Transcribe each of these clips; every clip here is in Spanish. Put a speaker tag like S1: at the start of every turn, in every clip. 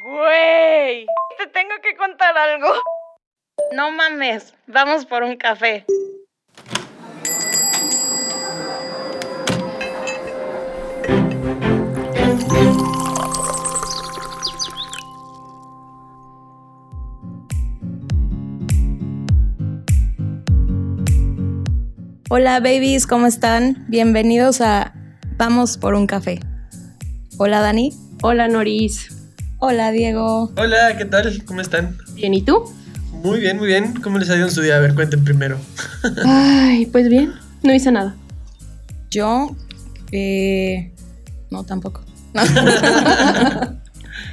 S1: Güey, te tengo que contar algo. No mames, vamos por un café.
S2: Hola babies, ¿cómo están? Bienvenidos a Vamos por un café. Hola Dani.
S3: Hola Noris.
S2: Hola Diego.
S4: Hola, ¿qué tal? ¿Cómo están?
S3: Bien, ¿y tú?
S4: Muy bien, muy bien. ¿Cómo les ha ido en su día? A ver, cuenten primero.
S3: Ay, pues bien, no hice nada.
S2: Yo... eh, no, tampoco.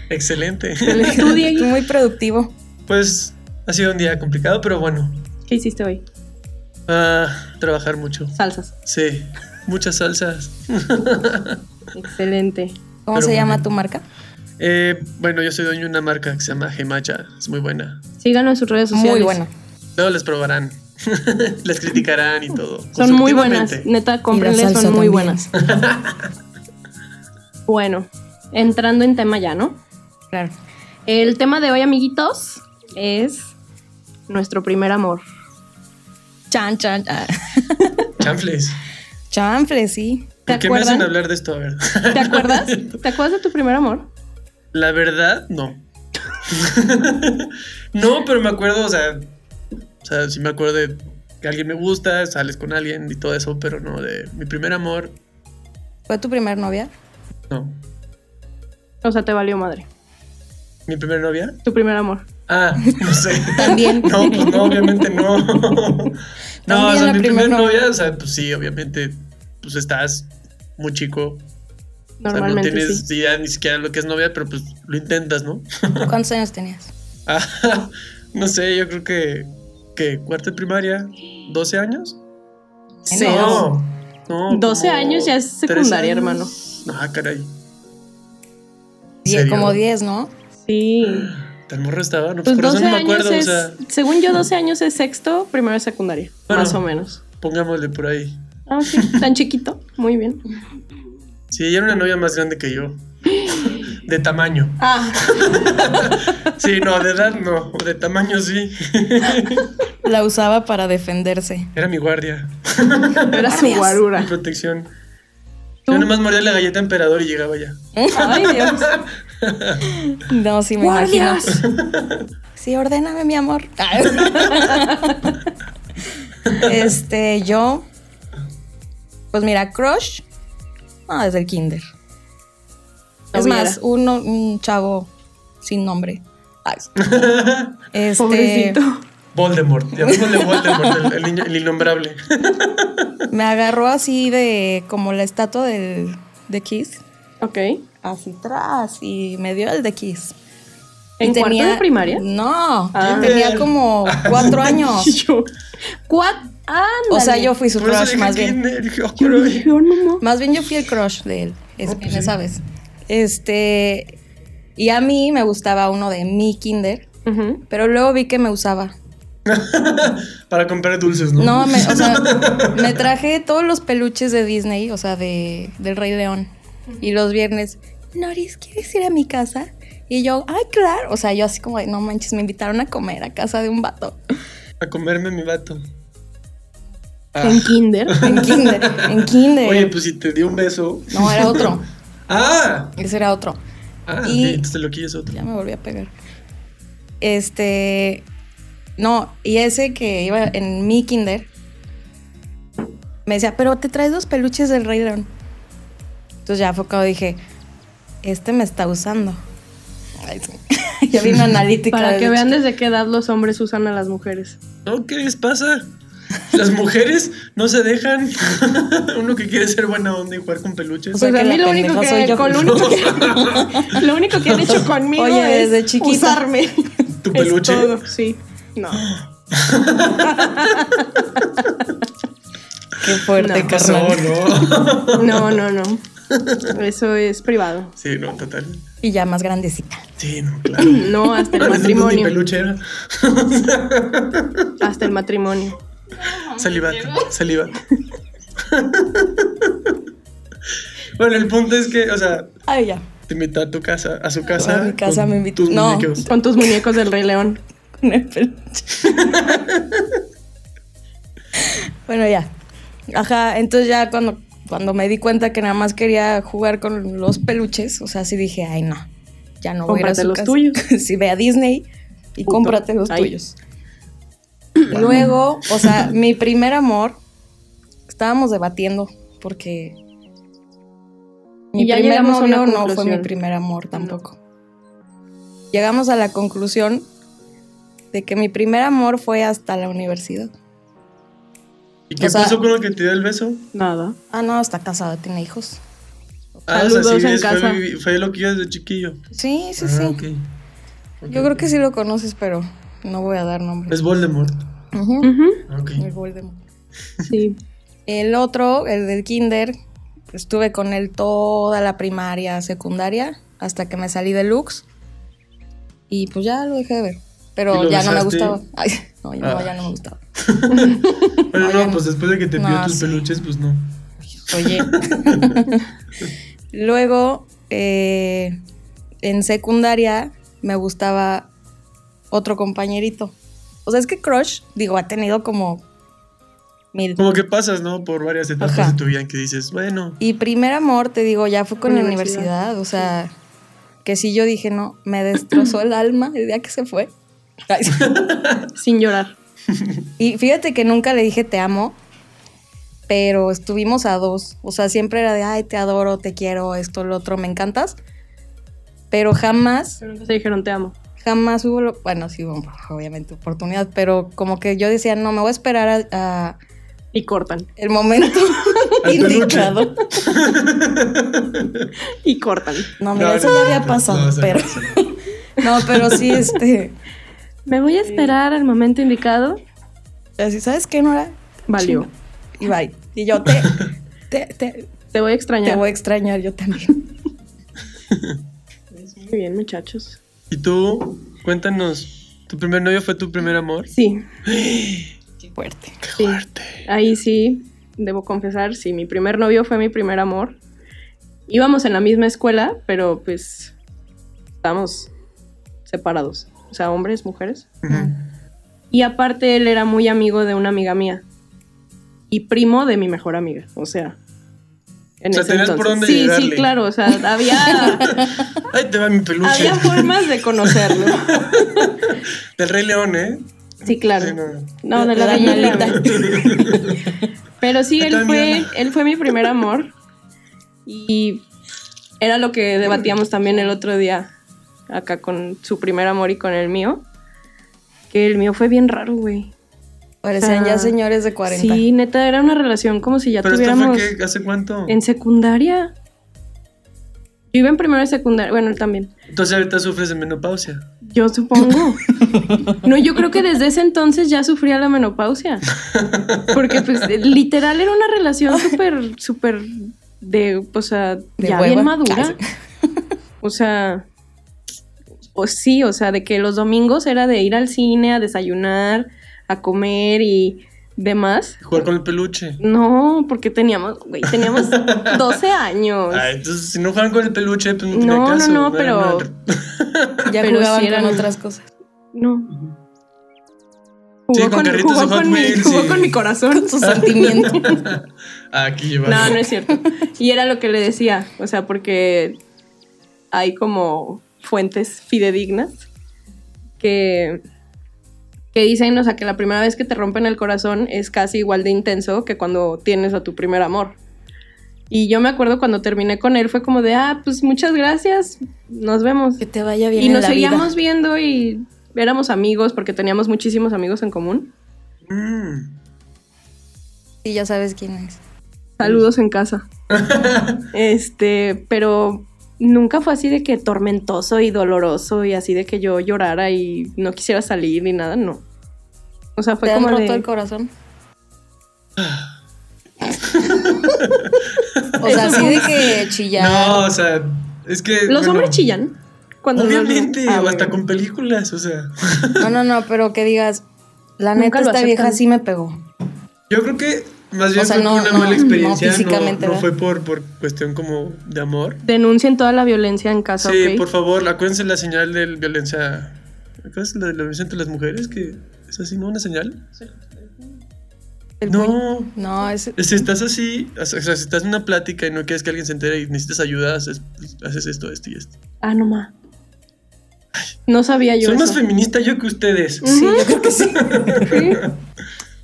S4: Excelente.
S3: ¿Tú, Diego?
S2: Muy productivo.
S4: Pues ha sido un día complicado, pero bueno.
S3: ¿Qué hiciste hoy?
S4: Ah, trabajar mucho.
S3: Salsas.
S4: Sí, muchas salsas.
S3: Excelente.
S2: ¿Cómo
S4: Pero
S2: se
S4: muy
S2: llama
S4: bien.
S2: tu marca?
S4: Eh, bueno, yo soy dueño de una marca que se llama Gemacha. Es muy buena.
S3: Síganos en sus redes sociales.
S2: Muy bueno.
S4: Luego les probarán. les criticarán y todo.
S3: Son muy buenas.
S4: Constructivamente.
S3: Neta,
S2: Y la
S3: cómprenle,
S2: salsa
S3: son muy
S2: también.
S3: buenas. Bueno, entrando en tema ya, ¿no?
S2: Claro.
S3: El tema de hoy, amiguitos, es nuestro primer amor.
S2: Chan, chan, chan.
S4: Chanfles.
S2: Chanfle, sí.
S3: ¿Te
S4: ¿Por qué me hacen
S3: acuerdan?
S4: hablar de esto? A ver.
S3: ¿Te acuerdas? ¿Te acuerdas de tu primer amor?
S4: La verdad, no. no, pero me acuerdo, o sea, o sea, sí me acuerdo de que alguien me gusta, sales con alguien y todo eso, pero no, de mi primer amor,
S2: ¿Fue tu primer novia?
S4: no.
S3: O sea, te valió madre.
S4: ¿Mi primer novia?
S3: Tu primer amor.
S4: Ah, no sé.
S2: También.
S4: No, pues no, obviamente no. No, o
S2: También la
S4: sea, mi
S2: primer
S4: primer
S2: novia.
S4: novia, o sea, pues sí, obviamente, pues estás muy chico. O sea, no
S3: Normalmente
S4: tienes
S3: sí.
S4: idea ni siquiera lo que es novia, pero pues lo intentas, ¿no?
S2: ¿Cuántos años tenías?
S4: Ah, no sé, yo creo que, que cuarto de primaria, 12 años.
S2: Cero.
S4: No, no,
S3: 12
S4: como
S3: años ya es
S4: tres
S3: secundaria,
S4: años. Ah, caray.
S2: Die-
S4: ¿Serio?
S2: como 10, ¿no?
S3: Sí.
S4: Tan morro estaba, no,
S3: Pues
S4: pues, por
S3: 12
S4: eso no me
S3: años
S4: acuerdo,
S3: es,
S4: o sea,
S3: según yo, 12 años es sexto, primero es secundaria,
S4: Bueno.
S3: más o menos.
S4: pongámosle por ahí.
S3: Ah, sí, tan chiquito, muy bien.
S4: Sí, ella era una novia más grande que yo. De tamaño.
S3: Ah,
S4: Sí, no, de edad no, de tamaño sí.
S2: La usaba para defenderse.
S4: Era mi guardia,
S3: era su
S2: Gracias.
S4: mi
S3: guarura.
S4: protección.
S3: Tú.
S4: Yo nomás mordía la galleta emperador y llegaba ya.
S3: Ay, Dios.
S2: No, sí me imagino.
S3: ¡Guardias!
S2: Sí, ordéname, mi amor. este, yo. Pues mira, crush. No, desde el kinder. es
S3: Hubiera.
S2: más, uno, un chavo sin nombre. Ay. Este.
S3: Pobrecito.
S4: Voldemort, llamémosle Voldemort, el, el niño- el innombrable.
S2: Me agarró así de. como la estatua del, de Kiss.
S3: Ok.
S2: Así atrás. Y me dio el de Kiss. Y
S3: ¿En cuarto de primaria?
S2: No,
S3: Ah.
S2: tenía como cuatro años.
S3: Yo. ¿Cuál?
S2: O sea, yo fui su
S4: Por eso
S2: crush
S4: dije
S2: más bien.
S4: kinder, dije, oh,
S3: Yo
S4: caray.
S3: dije, oh, no, no.
S2: Más bien yo fui el crush de él, es,
S4: Oh, pues
S2: en
S4: sí.
S2: esa vez. Este, y a mí me gustaba uno de mi kinder,
S3: Ujú.
S2: pero luego vi que me usaba.
S4: Para comprar dulces, ¿no?
S2: No, me, o sea, me traje todos los peluches de Disney, o sea, de, del Rey León. Y los viernes, Noris, ¿quieres ir a mi casa? Y yo, ay, claro. O sea, yo así como de, no manches, me invitaron a comer a casa de un vato
S4: A comerme mi vato.
S2: Ah.
S3: En kinder.
S2: en kinder. En kinder.
S4: Oye, pues si te dio un beso.
S2: No, era otro.
S4: ¡Ah!
S2: Ese era otro.
S4: Ah,
S2: Y-
S4: ok, entonces te lo quieres otro.
S2: Ya me volví a pegar. Este. No, y ese que iba en mi kinder. Me decía, pero te traes dos peluches del Rey León. Entonces ya fue cuando dije, este me está usando. Ay, sí. ya vino analítica.
S3: Para
S2: desde
S3: que vean
S2: chiquita.
S3: desde qué edad los hombres usan a las mujeres.
S4: No, ¿qué les pasa? Las mujeres no se dejan. Uno que quiere ser buena onda y jugar con peluches.
S2: O sea,
S3: Pues a
S2: que
S3: mí
S2: la
S3: lo único,
S2: pendeja soy
S3: que,
S2: yo.
S3: con lo, único que, lo único que han hecho conmigo
S2: Oye,
S3: es
S2: desde chiquita.
S3: usarme.
S4: ¿Tu
S3: Es
S4: peluche?
S3: todo, sí. No.
S2: Qué fuerte,
S3: No.
S2: carnal.
S4: no,
S3: No,
S4: no.
S3: no, no. Eso es privado.
S4: Sí, no, total.
S2: Y ya más grandecita.
S4: Sí, no, claro.
S3: No, hasta el
S4: Para ese entonces ni
S3: matrimonio.
S4: peluche era.
S3: Hasta el matrimonio.
S4: Salivato, salivato. bueno, el punto es que, o sea,
S2: Ay, ya.
S4: te invitó a tu casa, a su casa.
S2: A mi casa
S4: con
S2: me invitó.
S4: tus
S2: No.
S4: muñecos.
S3: Con tus muñecos del Rey León.
S2: con el peluche. bueno, ya. Ajá, entonces ya cuando, cuando me di cuenta que nada más quería jugar con los peluches, o sea, sí dije, ay, no, ya no voy a ir a su
S3: Cómprate los
S2: casa".
S3: tuyos.
S2: sí, ve a Disney y
S3: Puto.
S2: cómprate los
S3: Ay.
S2: tuyos. Luego, o sea, mi primer amor, estábamos debatiendo porque mi
S3: Y ya
S2: primer
S3: llegamos a una
S2: novio no fue mi
S3: conclusión.
S2: primer amor tampoco. Llegamos a la conclusión de que mi primer amor fue hasta la universidad.
S4: ¿Y qué
S2: o sea-
S4: pasó con el que te dio el beso?
S3: Nada.
S2: Ah, no, está casado, tiene hijos.
S4: Ah, o sea,
S3: Saludos
S4: sí,
S3: en
S4: es- fue
S3: casa.
S4: mi- Fue lo que yo desde chiquillo.
S2: Sí, sí,
S4: Ah,
S2: sí.
S4: ok. Ok,
S2: Yo creo
S4: ok.
S2: que sí lo conoces, pero no voy a dar nombres.
S4: Es Voldemort.
S2: Ujú.
S4: Ok.
S2: El Voldemort.
S3: Sí.
S2: El otro, el del kinder, estuve con él toda la primaria, secundaria, hasta que me salí de Lux. Y pues ya lo dejé de ver.
S4: ¿Y
S2: Pero
S4: lo
S2: ya no me
S4: besaste?
S2: gustaba. Ay, no, no,
S4: Ah.
S2: ya no me gustaba.
S4: Bueno,
S2: Oigan.
S4: no, pues después de que te
S2: No,
S4: pidió tus
S2: sí.
S4: peluches, pues no.
S2: Oye. Luego, eh, en secundaria, me gustaba otro compañerito. O sea, es que Crush, digo, ha tenido como mil.
S4: Como que pasas, ¿no? Por varias etapas
S2: Ajá.
S4: de tu vida en que dices, bueno,
S2: Y primer amor, te digo, ya fue con la
S3: Universidad.
S2: universidad, o sea, que sí yo dije, no, me destrozó el alma el día que se fue. Ay, sí.
S3: Sin llorar.
S2: Y fíjate que nunca le dije te amo, pero estuvimos a dos, o sea, siempre era de, ay, te adoro, te quiero, esto, lo otro, me encantas, pero jamás,
S3: Pero nunca se dijeron te amo.
S2: jamás hubo, lo- bueno, sí hubo obviamente oportunidad, pero como que yo decía, no, me voy a esperar a, a
S3: Y cortan.
S2: el momento
S4: Al peluche.
S2: indicado.
S3: Y cortan.
S2: No, mira,
S4: No,
S2: eso
S4: no,
S2: ya
S4: no,
S2: había
S4: no,
S2: pasado,
S4: no, eso no
S2: pero... No, pero sí, este...
S3: Me voy a esperar al momento indicado.
S2: Así, ¿sabes qué, Nora?
S3: Valió.
S2: Y bye. Y yo te, te, te,
S3: Te voy
S2: te
S3: a extrañar.
S2: voy a extrañar yo también.
S3: Muy bien, muchachos.
S4: ¿y tú? Cuéntanos, ¿tu primer novio fue tu primer amor?
S3: Sí,
S2: Qué fuerte.
S3: sí. Ahí sí, debo confesar, sí, mi primer novio fue mi primer amor. Íbamos en la misma escuela, pero pues estábamos separados. O sea, hombres, mujeres.
S4: Ujú.
S3: Y aparte él era muy amigo de una amiga mía. Y primo de mi mejor amiga. O sea. En
S4: O sea,
S3: ese
S4: tenías por
S3: entonces.
S4: dónde
S3: sí, sí,
S4: llegarle.
S3: claro. O sea, había,
S4: Ahí te va mi peluche.
S3: había formas de conocerlo.
S4: Del Rey León, ¿eh?
S3: Sí, claro.
S4: Sí, no.
S3: No, de
S2: De
S3: la
S2: la
S3: Bella y la
S2: Lolita.
S3: Bestia. Pero sí, él
S4: También.
S3: fue, él fue mi primer amor. Y era lo que debatíamos también el otro día, acá con su primer amor y con el mío. Que el mío fue bien raro, güey.
S2: Parecían
S3: Ah,
S2: ya señores de 40.
S3: Sí, neta, era una relación como si ya
S4: Pero esto
S3: tuviéramos
S4: fue que hace cuánto?
S3: en secundaria. Yo iba en primero de secundaria, bueno, él también.
S4: Entonces ahorita sufres de menopausia.
S3: Yo supongo. No, yo creo que desde ese entonces ya sufría la menopausia. Porque pues literal era una relación súper, súper de, o sea, ya
S2: hueva.
S3: bien madura.
S2: Ay,
S3: O sea, o sí, o sea, de que los domingos era de ir al cine, a desayunar, a comer y demás.
S4: Jugar con el peluche.
S3: No, porque teníamos, güey, teníamos 12 años.
S4: Ah, entonces si no juegan con el peluche, pues no tenía
S3: No, no,
S4: caso.
S3: no,
S4: era
S3: pero-
S4: una-
S2: Ya
S3: Pero
S2: jugaban
S3: sí eran-
S2: con otras cosas.
S3: No. Jugó,
S4: Sí, con
S3: con,
S4: carritos
S3: jugó
S4: de Hot
S3: con mi,
S4: Wheels
S3: jugó
S4: y-
S3: con mi corazón.
S2: Su sentimiento.
S4: Aquí llevaba.
S3: No, no es cierto. Y era lo que le decía, o sea, porque hay como fuentes fidedignas que, que dicen, o sea, que la primera vez que te rompen el corazón es casi igual de intenso que cuando tienes a tu primer amor. Y yo me acuerdo cuando terminé con él fue como de, ah, pues muchas gracias, nos vemos.
S2: que te vaya bien
S3: Y
S2: en
S3: nos
S2: la
S3: seguíamos
S2: vida.
S3: viendo y éramos amigos porque teníamos muchísimos amigos en común.
S4: Mm.
S2: Y ya sabes quién es.
S3: Saludos en casa. este, pero nunca fue así de que tormentoso y doloroso y así de que yo llorara y no quisiera salir ni nada, no. O sea, fue
S2: ¿Te han
S3: como
S2: roto
S3: de-
S2: el corazón?
S4: Ah.
S2: o sea, así de que chillar.
S4: No, o sea, es que.
S3: los
S4: bueno,
S3: hombres chillan cuando los-
S4: Obviamente,
S3: Ah,
S4: o
S3: bueno.
S4: hasta con películas, o sea.
S2: No, no, no, pero que digas, la
S3: Nunca
S2: neta,
S3: lo
S2: esta
S3: aceptan.
S2: vieja sí me pegó.
S4: Yo creo que Más bien
S2: sea,
S4: fue
S2: no-
S4: por una
S2: no-
S4: mala
S2: no
S4: experiencia, no,
S2: físicamente,
S4: no
S2: ¿verdad?
S4: fue por, por cuestión como de amor.
S3: Denuncien toda la violencia en casa,
S4: Sí,
S3: ¿ok?
S4: por favor, acuérdense la señal de violencia. ¿Acuérdense la de la violencia entre las mujeres? Que es así, ¿no? Una señal.
S2: El puño.
S4: No,
S2: No, es.
S4: Si estás así, o sea, si estás en una plática y no quieres que alguien se entere y necesitas ayuda, haces, haces esto, esto y esto.
S3: Ah, no ma. No sabía yo
S4: Soy más
S3: eso.
S4: feminista yo que ustedes.
S2: Sí, yo creo que sí.
S3: Sí.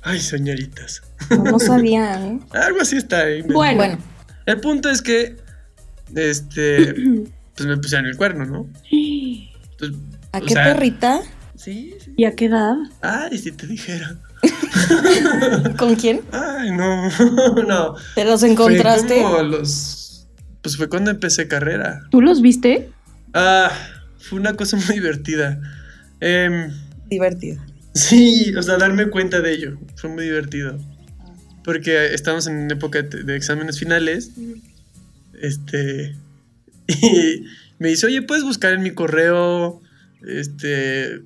S4: Ay, señoritas.
S2: No, no sabía, ¿eh?
S4: Algo así está. ahí.
S3: Bueno.
S2: Bueno,
S4: El punto es que, este, pues me pusieron el cuerno, ¿no? Entonces,
S2: ¿a
S4: o
S2: qué
S4: sea,
S2: perrita?
S4: Sí, sí.
S3: ¿Y a qué edad?
S4: Ay, si te dijera.
S2: ¿Con quién?
S4: Ay, no, no.
S2: ¿Te los
S4: Fue
S2: encontraste?
S4: como los... Pues fue cuando empecé carrera.
S3: ¿Tú los viste?
S4: Ah, fue una cosa muy divertida. Em,
S2: Divertido.
S4: sí, o sea, darme cuenta de ello. Fue muy divertido. Porque estábamos en época de de exámenes finales. Este. Y me dice, oye, puedes buscar en mi correo. Este.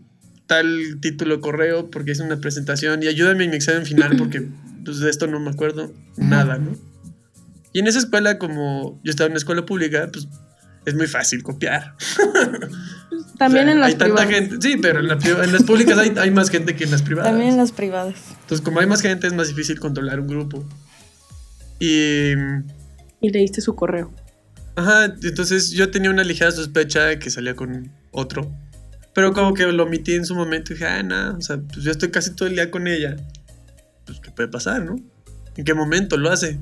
S4: Tal título de correo. Porque hice una presentación. Y ayúdame en mi examen final. Porque pues, de esto no me acuerdo nada, ¿no? Y en esa escuela, como yo estaba en una escuela pública, pues es muy fácil copiar.
S3: También
S4: O sea,
S3: en las
S4: hay tanta
S3: privadas.
S4: gente, sí, pero en, la pri- en las públicas hay, hay más gente que en las privadas.
S2: También en las privadas.
S4: Entonces, como hay más gente, es más difícil controlar un grupo. Y.
S3: Y leíste su correo.
S4: Ajá, entonces yo tenía una ligera sospecha de que salía con otro. Pero como que lo omití en su momento y dije, ah, nada, o sea, pues yo estoy casi todo el día con ella. Pues, ¿qué puede pasar, no? ¿En qué momento lo hace?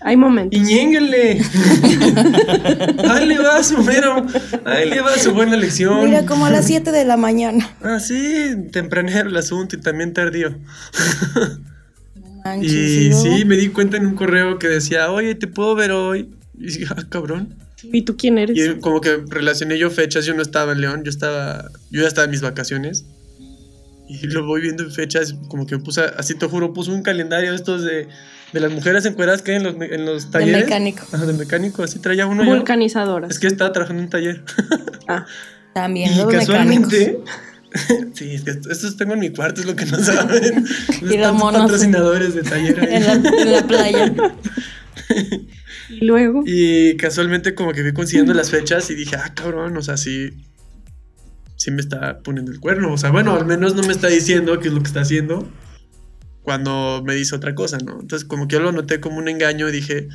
S3: Hay momentos.
S4: ¡Y ñénguenle! ¡Ahí le va su mero! ¡Ahí le va su buena lección!
S2: Mira, como a las 7 de la mañana.
S4: Ah, sí, tempranero el asunto y también tardío.
S2: Manches,
S4: Y
S2: luego?
S4: sí, me di cuenta en un correo que decía, oye, ¿te puedo ver hoy? Y dije, ah, cabrón.
S3: ¿Y tú quién eres?
S4: Y como que relacioné yo fechas, yo no estaba en León, yo estaba, yo ya estaba en mis vacaciones. Y lo voy viendo en fechas, como que puse, así te juro, puse un calendario de estos de, de las mujeres encueradas que hay en los, en los
S2: De
S4: talleres.
S2: mecánico.
S4: Ajá, del mecánico, así traía uno yo.
S3: Vulcanizadoras.
S4: Es que estaba trabajando en un taller.
S3: Ah,
S2: También
S4: Y
S2: los mecánicos.
S4: casualmente. Sí, es que est- estos tengo en mi cuarto, es lo que no saben.
S2: Y los
S4: Están
S2: monos.
S4: patrocinadores de taller ahí.
S2: En la, en la playa.
S3: y luego.
S4: Y casualmente como que fui consiguiendo las fechas y dije, ah, cabrón, o sea, sí, sí me está poniendo el cuerno. O sea, bueno, al menos no me está diciendo qué es lo que está haciendo cuando me dice otra cosa, ¿no? Entonces como que yo lo noté como un engaño y dije,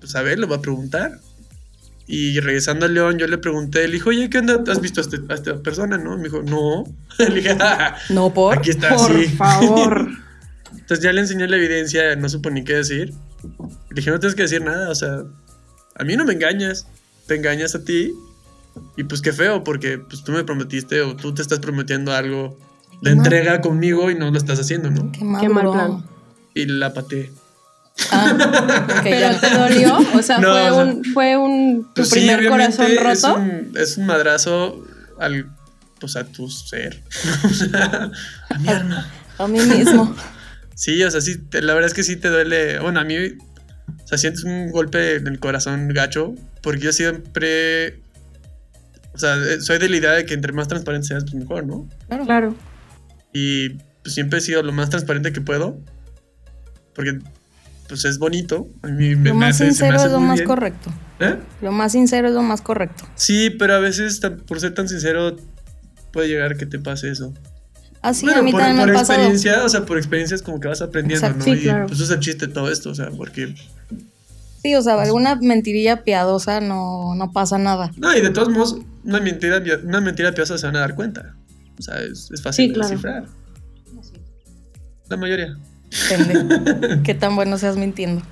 S4: pues a ver, lo va a preguntar. Y regresando a León, yo le pregunté, le dije, oye, ¿qué onda? ¿Has visto a, este- a esta persona, no? Me dijo, no. le dije, "Ah,
S2: No por.
S4: aquí está,
S3: Por
S4: sí.
S3: favor.
S4: Entonces ya le enseñé la evidencia, no supo ni qué decir. Le dije, no tienes que decir nada, o sea, a mí no me engañas, te engañas a ti. Y pues qué feo, porque pues tú me prometiste o tú te estás prometiendo algo de
S2: Qué mal.
S4: entrega conmigo y no lo estás haciendo, ¿no?
S2: Qué mal,
S3: Qué mal
S2: bro.
S3: plan.
S4: Y la pateé.
S2: Ah, ok,
S3: Pero
S2: ya.
S3: te dolió, o sea,
S4: No,
S3: fue
S4: o sea,
S3: un fue un tu
S4: Pues sí,
S3: primer
S4: obviamente
S3: corazón
S4: Es
S3: roto.
S4: un, es un madrazo al, pues a tu ser. o sea, a mi alma.
S2: A mí mismo.
S4: Sí, o sea, sí, te- la verdad es que sí te duele. Bueno, a mí, o sea, sientes un golpe en el corazón gacho, porque yo siempre, o sea, eh, soy de la idea de que entre más transparente seas, pues mejor, ¿no?
S3: Claro.
S4: Y pues, siempre he sido lo más transparente que puedo, porque pues es bonito. A mí me,
S2: Lo
S4: me
S2: más
S4: hace, se me
S2: sincero
S4: hace
S2: es lo
S4: muy
S2: más
S4: bien.
S2: correcto.
S4: ¿Eh?
S2: Lo más sincero es lo más correcto.
S4: Sí, pero a veces tan- por ser tan sincero puede llegar que te pase eso.
S2: Así
S4: bueno,
S2: Ah, a mí
S4: por,
S2: también
S4: por
S2: me ha pasado.
S4: experiencia, o sea, por experiencias como que vas aprendiendo,
S2: Exacto.
S4: ¿no?
S3: Sí,
S4: y
S3: claro.
S4: pues es el chiste de todo esto, o sea, porque
S2: Sí, o sea, alguna mentirilla piadosa no, no pasa nada.
S4: No, y de todos modos, una mentira, pia- una mentira piadosa se van a dar cuenta. O sea, es, es fácil
S3: Sí,
S4: de
S3: claro.
S4: descifrar. La mayoría.
S2: Depende qué tan bueno seas mintiendo.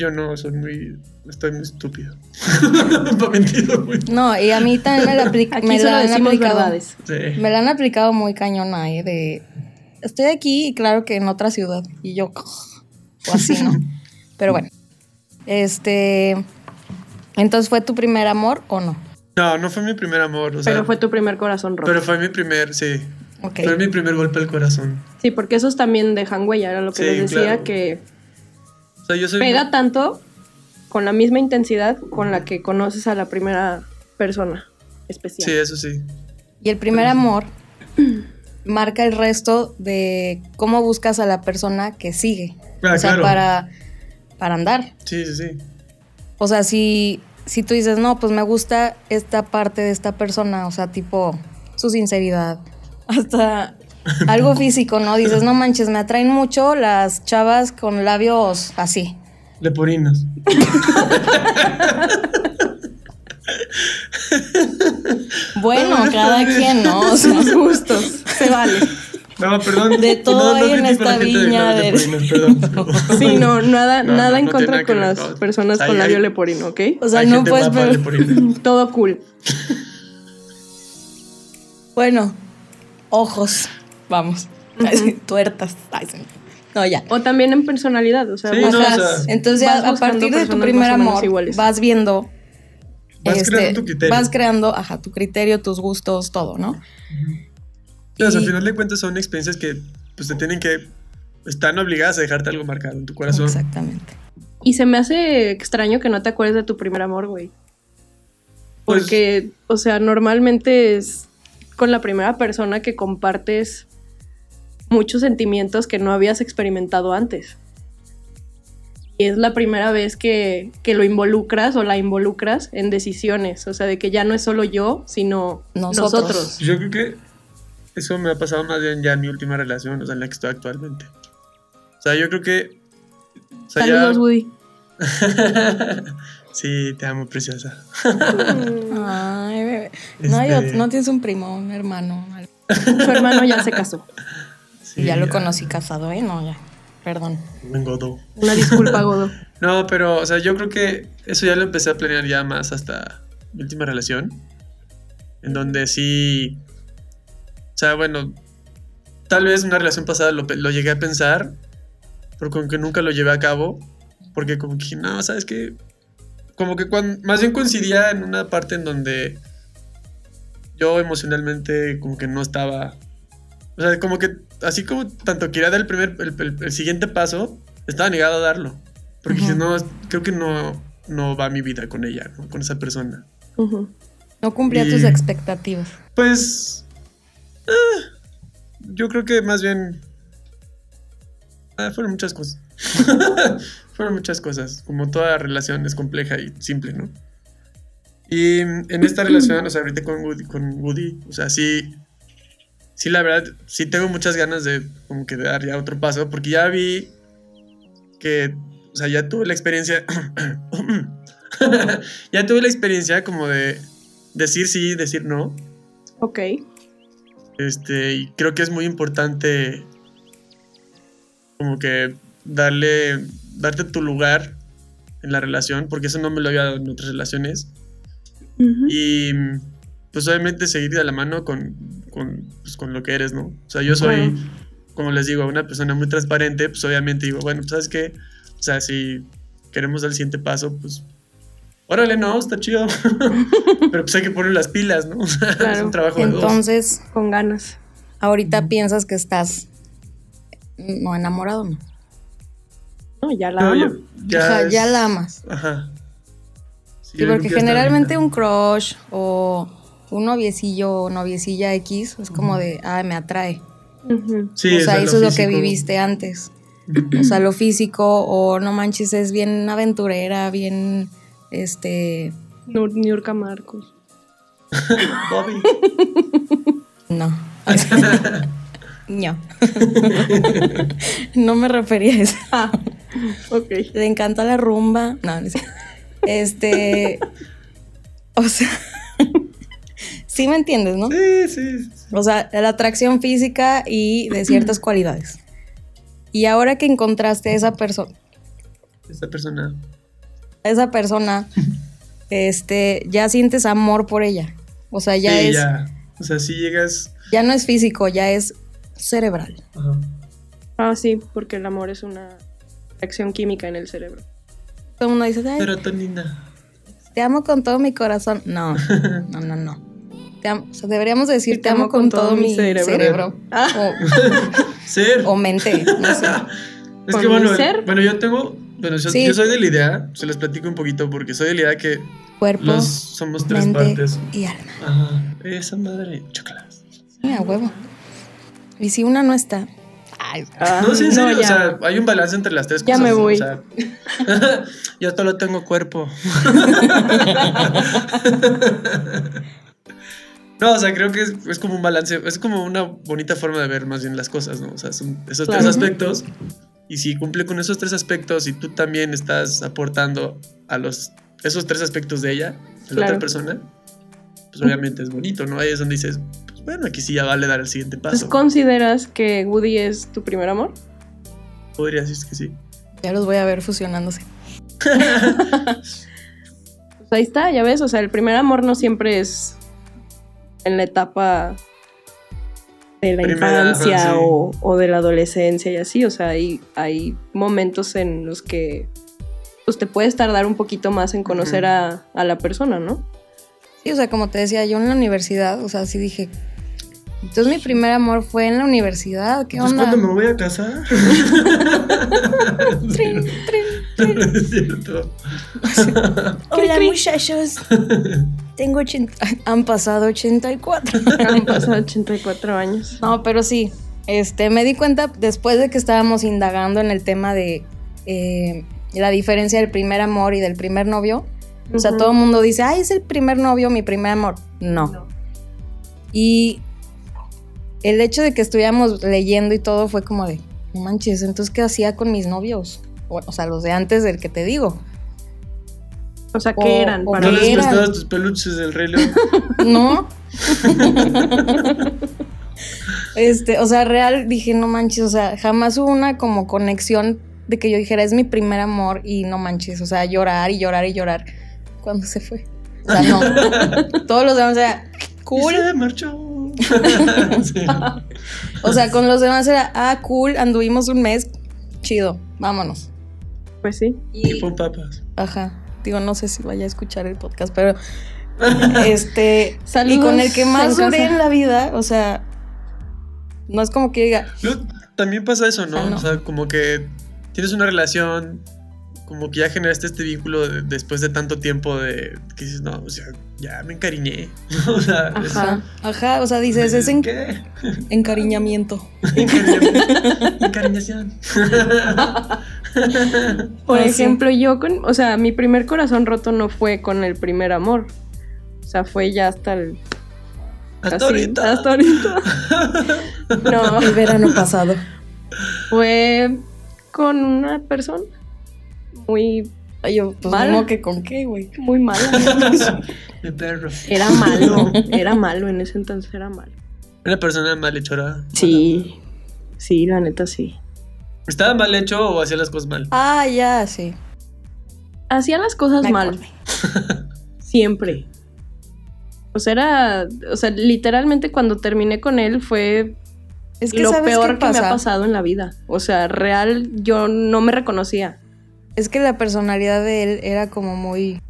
S4: Yo no, soy muy. Estoy muy estúpido. Para mentir muy.
S2: No, y a mí también me la, apli-
S3: Aquí
S2: me
S3: solo
S2: la han
S3: decimos
S2: aplicado.
S3: verdades.
S4: Sí.
S2: Me la han aplicado muy cañona, ¿eh? De, estoy aquí y claro que en otra ciudad. Y yo, o así, ¿no? Pero bueno. Este. Entonces, ¿fue tu primer amor o no?
S4: No, no fue mi primer amor. O sea,
S3: pero fue tu primer corazón roto.
S4: pero fue mi primer, sí.
S2: Ok.
S4: Fue mi primer golpe al corazón.
S3: sí, porque esos también dejan huella, era lo que
S4: Sí,
S3: les decía
S4: claro.
S3: que
S4: O sea, yo soy.
S3: pega tanto con la misma intensidad con la que conoces a la primera persona especial.
S4: Sí, eso sí.
S2: Y el primer amor marca el resto de cómo buscas a la persona que sigue.
S4: Ah,
S2: o sea,
S4: claro.
S2: para, para andar.
S4: Sí, sí, sí.
S2: O sea, si, si tú dices, no, pues me gusta esta parte de esta persona, o sea, tipo su sinceridad, hasta algo físico, ¿no? Dices, no manches, me atraen mucho las chavas con labios así.
S4: Leporinos.
S2: Bueno, cada quien, ¿no? O sea,
S3: Sus gustos. Se vale.
S4: No, perdón.
S2: De todo
S4: no,
S2: hay en
S4: critico a la
S2: esta
S4: gente de
S2: viña
S4: los
S2: del-
S4: leporinos, perdón.
S3: Sí, no, nada,
S4: No,
S3: nada
S4: no,
S3: en
S4: no tiene
S3: contra
S4: nada que
S3: con
S4: ver,
S3: las
S4: no.
S3: personas
S4: Ahí
S3: con labio
S4: hay-
S3: leporino, ¿ok?
S2: o sea,
S4: Hay
S2: no
S4: gente
S2: puedes
S4: guapa
S2: ver.
S4: leporina.
S3: Todo cool.
S2: Bueno, ojos. Vamos. Ay, sí, Tuertas. Ay, sí. No, ya.
S3: O también en personalidad, o sea, pues,
S4: Sí,
S3: buscas-
S4: no, o sea,
S2: Entonces,
S3: vas
S2: a- a
S3: buscando
S2: partir de tu
S3: personas
S2: primer
S3: más o menos
S2: amor,
S3: iguales.
S2: vas viendo.
S4: Vas creando tu criterio.
S2: Este, Vas creando, ajá, tu criterio, tus gustos, todo, ¿no?
S4: Pero, o sea,
S2: Y-
S4: al final de cuentas son experiencias que pues te tienen que están obligadas a dejarte algo marcado en tu corazón.
S2: Exactamente.
S3: Y se me hace extraño que no te acuerdes de tu primer amor, güey.
S4: Pues-
S3: Porque, o sea, normalmente es con la primera persona que compartes muchos sentimientos que no habías experimentado antes. Y es la primera vez que, que lo involucras o la involucras en decisiones. O sea, de que ya no es solo yo, sino
S2: Nosotros.
S3: nosotros.
S4: Yo creo que eso me ha pasado más bien ya en mi última relación, o sea, en la que estoy actualmente. O sea, yo creo que o sea, ya-
S3: Saludos, Woody.
S4: sí, te amo, preciosa.
S2: Ay, bebé. No, hay
S4: Este-
S2: ot- no tienes un primo, un hermano. algo.
S3: Su hermano ya se casó.
S4: Sí,
S2: ya lo conocí casado, ¿eh? No, ya. Perdón.
S4: Me engodó.
S3: Una disculpa, Godo.
S4: No, pero, o sea, yo creo que eso ya lo empecé a planear ya más hasta mi última relación. En donde sí. O sea, bueno, tal vez una relación pasada lo, pe- lo llegué a pensar, pero como que nunca lo llevé a cabo. Porque como que dije, no, ¿sabes qué? Como que cuan- más bien coincidía en una parte en donde yo emocionalmente como que no estaba. O sea, como que así como tanto quería dar el primer, el, el- el siguiente paso, estaba negado a darlo. Porque
S2: Ujú.
S4: dije, no, creo que no, no va mi vida con ella, ¿no? con esa persona.
S3: Ujú.
S2: No cumplía tus
S4: Y-
S2: expectativas.
S4: Pues. eh, yo creo que más bien. ah, fueron muchas cosas. fueron muchas cosas. Como toda relación es compleja y simple, ¿no? Y mm, en esta relación, o sea, ahorita con Woody, con Woody, o sea, sí. Sí, la verdad, sí tengo muchas ganas de como que dar ya otro paso, porque ya vi que, o sea, ya tuve la experiencia, ya tuve la experiencia como de decir sí, decir no,
S3: Ok.
S4: este, y creo que es muy importante como que darle, darte tu lugar en la relación, porque eso no me lo había dado en otras relaciones.
S3: Ujú.
S4: Y pues obviamente seguir de la mano con, con, pues, con lo que eres, ¿no? O sea, yo soy,
S3: Claro.
S4: como les digo, una persona muy transparente, pues obviamente digo, bueno, pues, ¿sabes qué? O sea, si queremos dar el siguiente paso, pues órale, no, está chido. Pero pues hay que poner las pilas, ¿no? O sea, es
S3: Claro.
S4: un trabajo de dos.
S2: Entonces,
S3: Con ganas.
S2: ahorita piensas que estás. mm, No, enamorado, no.
S3: No, ya la
S4: No,
S3: ama.
S4: ya, ya
S2: o sea, ya
S4: es-
S2: la amas.
S4: Ajá. Sí,
S2: Sí,
S4: yo creo
S2: porque
S4: que hasta
S2: generalmente
S4: ahorita.
S2: un crush o un noviecillo o noviecilla X es como de, ay, me atrae.
S3: Ujú.
S4: Sí,
S2: o sea, eso es lo que
S4: físico.
S2: viviste antes. O sea, lo físico o no manches, es bien aventurera, bien, este,
S3: Nur- Niurka Marcos.
S4: Bobby.
S2: no. no. no me refería a eso.
S3: Ah, ok.
S2: Le encanta la rumba. No, no sé. Este, o sea, sí me entiendes, ¿no?
S4: Sí, sí.
S2: O sea, la atracción física y de ciertas cualidades. Y ahora que encontraste a esa persona,
S4: Esta persona.
S2: esa persona, este, ya sientes amor por ella. O sea, ya
S4: sí,
S2: es, ya.
S4: ya. O sea, si llegas.
S2: no es físico, ya es cerebral.
S4: Ajá.
S3: Ah, sí, porque el amor es una reacción química en el cerebro.
S2: Todo el mundo dice, "Ay,
S4: Serotonina.
S2: te amo con todo mi corazón. No, no, no, no. Te amo- o sea, deberíamos decir, te amo con, todo, mi cerebro. Ah.
S4: Ser.
S2: O, o mente, no sé.
S4: es
S3: con
S4: que bueno,
S3: mi ser.
S4: bueno, yo tengo. Bueno, yo,
S2: Sí.
S4: yo soy de la idea, se les platico un poquito porque soy de la idea que
S2: Cuerpo,
S4: los somos tres
S2: mente
S4: partes.
S2: y alma.
S4: Ajá, esa madre, chocolate.
S2: Mira, huevo. Y si una no está, ah, Ay,
S3: Ah,
S4: No, sí, en serio, o
S3: ya.
S4: sea, hay un balance entre las tres
S3: Ya
S4: cosas.
S3: me
S4: ¿no?
S3: voy.
S4: O sea, yo solo tengo cuerpo. no, o sea, creo que es, es como un balance, es como una bonita forma de ver más bien las cosas, ¿no? O sea, son esos
S3: Claro.
S4: tres aspectos. Y si cumple con esos tres aspectos y tú también estás aportando a los esos tres aspectos de ella, a la
S3: Claro.
S4: otra persona, pues obviamente es bonito, ¿no? Ahí es donde dices, pues bueno, aquí sí ya vale dar el siguiente
S3: Entonces,
S4: paso.
S3: ¿consideras que Woody es tu primer amor?
S4: Podría decir que sí.
S2: ya los voy a ver fusionándose.
S3: Pues ahí está, ya ves, o sea, el primer amor no siempre es en la etapa de la
S4: Primera, ajá,
S3: infancia
S4: sí.
S3: o, o de la adolescencia y así, o sea, hay, hay momentos en los que pues te puedes tardar un poquito más en conocer
S4: Ujú.
S3: a, a la persona, ¿no?
S2: Sí, o sea, como te decía, yo en la universidad, o sea, sí dije. Entonces mi primer amor fue en la universidad. ¿Qué
S4: Entonces,
S2: onda?
S4: ¿cuándo me voy a casar?
S2: Trin, trin.
S4: No es cierto.
S2: Hola muchachos. Tengo 80. Han pasado 84.
S3: Han pasado 84 años.
S2: No, pero sí. Este, me di cuenta después de que estábamos indagando en el tema de eh, la diferencia del primer amor y del primer novio. O sea,
S3: Ujú.
S2: todo el mundo dice, ay, es el primer novio, mi primer amor. No. Y el hecho de que estuviéramos leyendo y todo fue como de, no manches, entonces, ¿qué hacía con mis novios? O, o sea, los de antes del que te digo.
S3: O sea, ¿qué
S2: O-
S3: eran?
S2: o
S3: Para
S4: ¿No
S2: qué
S3: mí?
S4: les
S2: Era.
S4: prestabas tus peluches del rey león?
S2: No. este, o sea, real dije, no manches, o sea, jamás hubo una como conexión de que yo dijera, es mi primer amor y no manches, o sea, llorar y llorar y llorar cuando se fue. O sea, no. Todos los demás, o sea, cool.
S4: Y se marchó. Sí.
S2: O sea, con los demás era, ah, cool, anduvimos un mes, chido, vámonos.
S3: Pues sí.
S4: Tipo papas.
S2: Ajá. Digo, no sé si vaya a escuchar el podcast, pero este.
S3: Saludos
S2: y con el que más
S3: en casa.
S2: duré en la vida, o sea, no es como que diga,
S4: Luego, también pasa eso, ¿no?
S2: Ah, no.
S4: O sea, como que tienes una relación, como que ya generaste este vínculo de- después de tanto tiempo de que dices, no, o sea, ya me encariñé. O sea, es-
S3: Ajá.
S2: ajá, o sea, dices, es en-
S4: ¿Qué?
S2: encariñamiento.
S4: Encariñamiento. Encariñación.
S3: Por
S2: Ah, sí.
S3: ejemplo, yo con, o sea, mi primer corazón roto no fue con el primer amor. O sea, fue ya hasta el
S4: Hasta
S3: Así,
S4: ahorita.
S3: Hasta ahorita. no,
S2: El verano pasado.
S3: fue con una persona muy,
S2: Ay, yo, pues,
S3: Mal.
S2: no, que con qué, güey.
S3: muy mala.
S4: Mi perro.
S3: Era malo, era malo, en ese entonces era malo.
S4: Una persona malhechora.
S3: Sí, sí, la neta sí.
S4: ¿Estaba mal hecho o hacía las cosas mal?
S2: Ah, ya, sí.
S3: Hacía las cosas
S2: Me
S3: mal,
S2: acordé.
S3: siempre. O sea, era, o sea, literalmente cuando terminé con él fue
S2: Es que
S3: lo
S2: ¿sabes qué
S3: peor que me
S2: pasa?
S3: ha pasado en la vida. O sea, real, yo no me reconocía.
S2: Es que la personalidad de él era como muy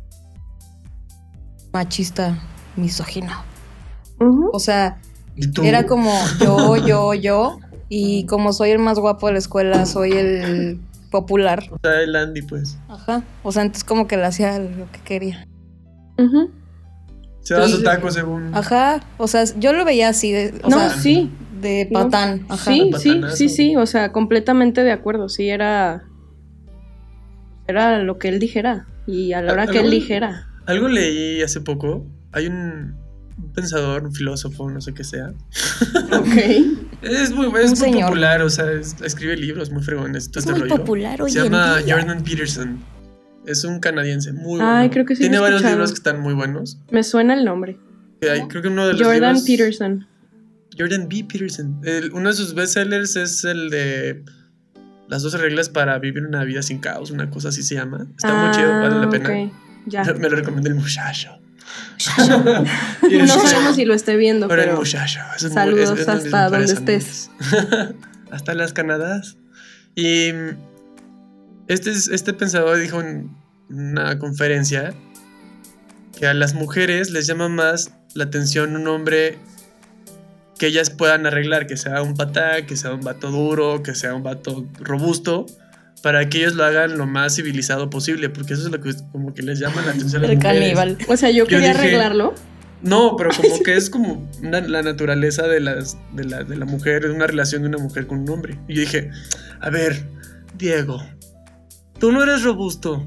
S2: machista, misógino.
S3: Ujú.
S2: O sea,
S4: ¿Y tú?
S2: Era como yo, yo, yo. Y como soy el más guapo de la escuela, soy el popular.
S4: O sea, el Andy, pues.
S2: Ajá. O sea, entonces como que le hacía lo que quería.
S3: Ujú.
S4: Se daba
S2: Y-
S4: su taco según.
S2: Ajá. O sea, yo lo veía así de, o
S3: No,
S2: sea,
S3: sí,
S2: de
S3: no.
S2: patán. Ajá.
S3: Sí, sí,
S4: Patanazo.
S3: sí, sí, o sea, completamente de acuerdo, sí, era, era lo que él dijera y a la
S4: Ah,
S3: hora que él
S4: Algo-
S3: dijera.
S4: Algo leí hace poco. Hay un, un pensador, un filósofo, no sé qué sea.
S3: Ok.
S4: Es muy, es muy
S2: señor.
S4: popular, o sea, es- escribe libros muy fregones. Todo
S2: Es
S4: este
S2: muy
S4: rollo.
S2: popular hoy
S4: Se
S2: en
S4: llama
S2: día.
S4: Jordan Peterson. Es un canadiense muy bueno.
S3: Ay, creo que sí lo he
S4: Tiene varios
S3: escuchado.
S4: libros que están muy buenos.
S3: Me suena el nombre.
S4: Que hay- creo que uno de los
S3: Jordan
S4: libros-
S3: Peterson.
S4: Jordan B. Peterson. El- uno de sus bestsellers es el de Las 12 reglas para vivir una vida sin caos, una cosa así se llama. Está
S3: Ah,
S4: muy chido, vale la pena.
S3: ok, Ya.
S4: Me lo recomienda el muchacho. Y
S3: No
S4: el
S3: sabemos si lo esté viendo,
S4: Pero el
S3: pero
S4: muchacho. es muy-
S3: saludos
S4: es- es
S3: hasta donde
S4: parece a mí.
S3: estés.
S4: hasta las Canadás. Y mm, este, es- este pensador dijo en una conferencia que a las mujeres les llama más la atención un hombre que ellas puedan arreglar, que sea un patá, que sea un vato duro, que sea un vato robusto, para que ellos lo hagan lo más civilizado posible, porque eso es lo que como que les llama la atención a las
S2: El
S4: mujeres.
S2: caníbal.
S3: o sea, yo
S4: Yo
S3: quería
S4: dije-
S3: arreglarlo.
S4: No, pero como que es como una- la naturaleza de, las, de, la, de la mujer, es una relación de una mujer con un hombre. Y yo dije, a ver, Diego, tú no eres robusto.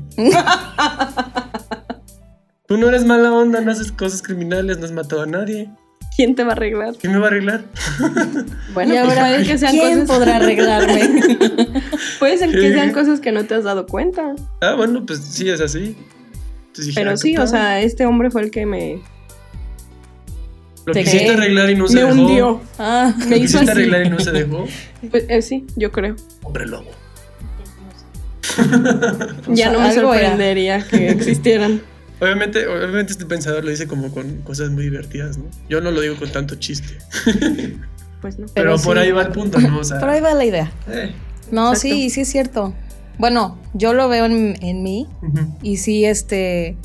S4: tú no eres mala onda, no haces cosas criminales, no has matado a nadie.
S3: ¿Quién te va a arreglar?
S4: ¿Quién me va a arreglar?
S3: Bueno,
S2: y
S3: pues
S2: ahora,
S3: puede que sean
S2: ¿quién
S3: cosas,
S2: podrá arreglarme?
S3: puede ser que sean cosas que no te has dado cuenta.
S4: Ah, bueno, pues sí, es así. Entonces dije, ah,
S3: Pero
S4: qué
S3: sí, o
S4: padre.
S3: sea, este hombre fue el que me,
S4: Lo
S2: te-
S4: quisiste arreglar y no Pues se
S3: me
S4: dejó.
S3: hundió.
S2: ah,
S4: Lo
S3: Me hizo
S4: quisiste
S3: así.
S4: arreglar y no se dejó.
S3: Pues, eh, sí, yo creo.
S4: Hombre lobo.
S2: Pues,
S3: ya no me
S2: algo era.
S3: sorprendería que existieran.
S4: Obviamente, obviamente este pensador lo dice como con cosas muy divertidas, ¿no? Yo no lo digo con tanto chiste.
S3: Pues no.
S4: Pero,
S2: Pero
S4: por
S2: sí.
S4: ahí va el punto, ¿no? O sea,
S2: Por ahí va la idea.
S4: eh.
S2: No,
S3: Exacto.
S2: sí, sí es cierto. Bueno, yo lo veo en, en mí
S4: Ujú,
S2: y sí, este,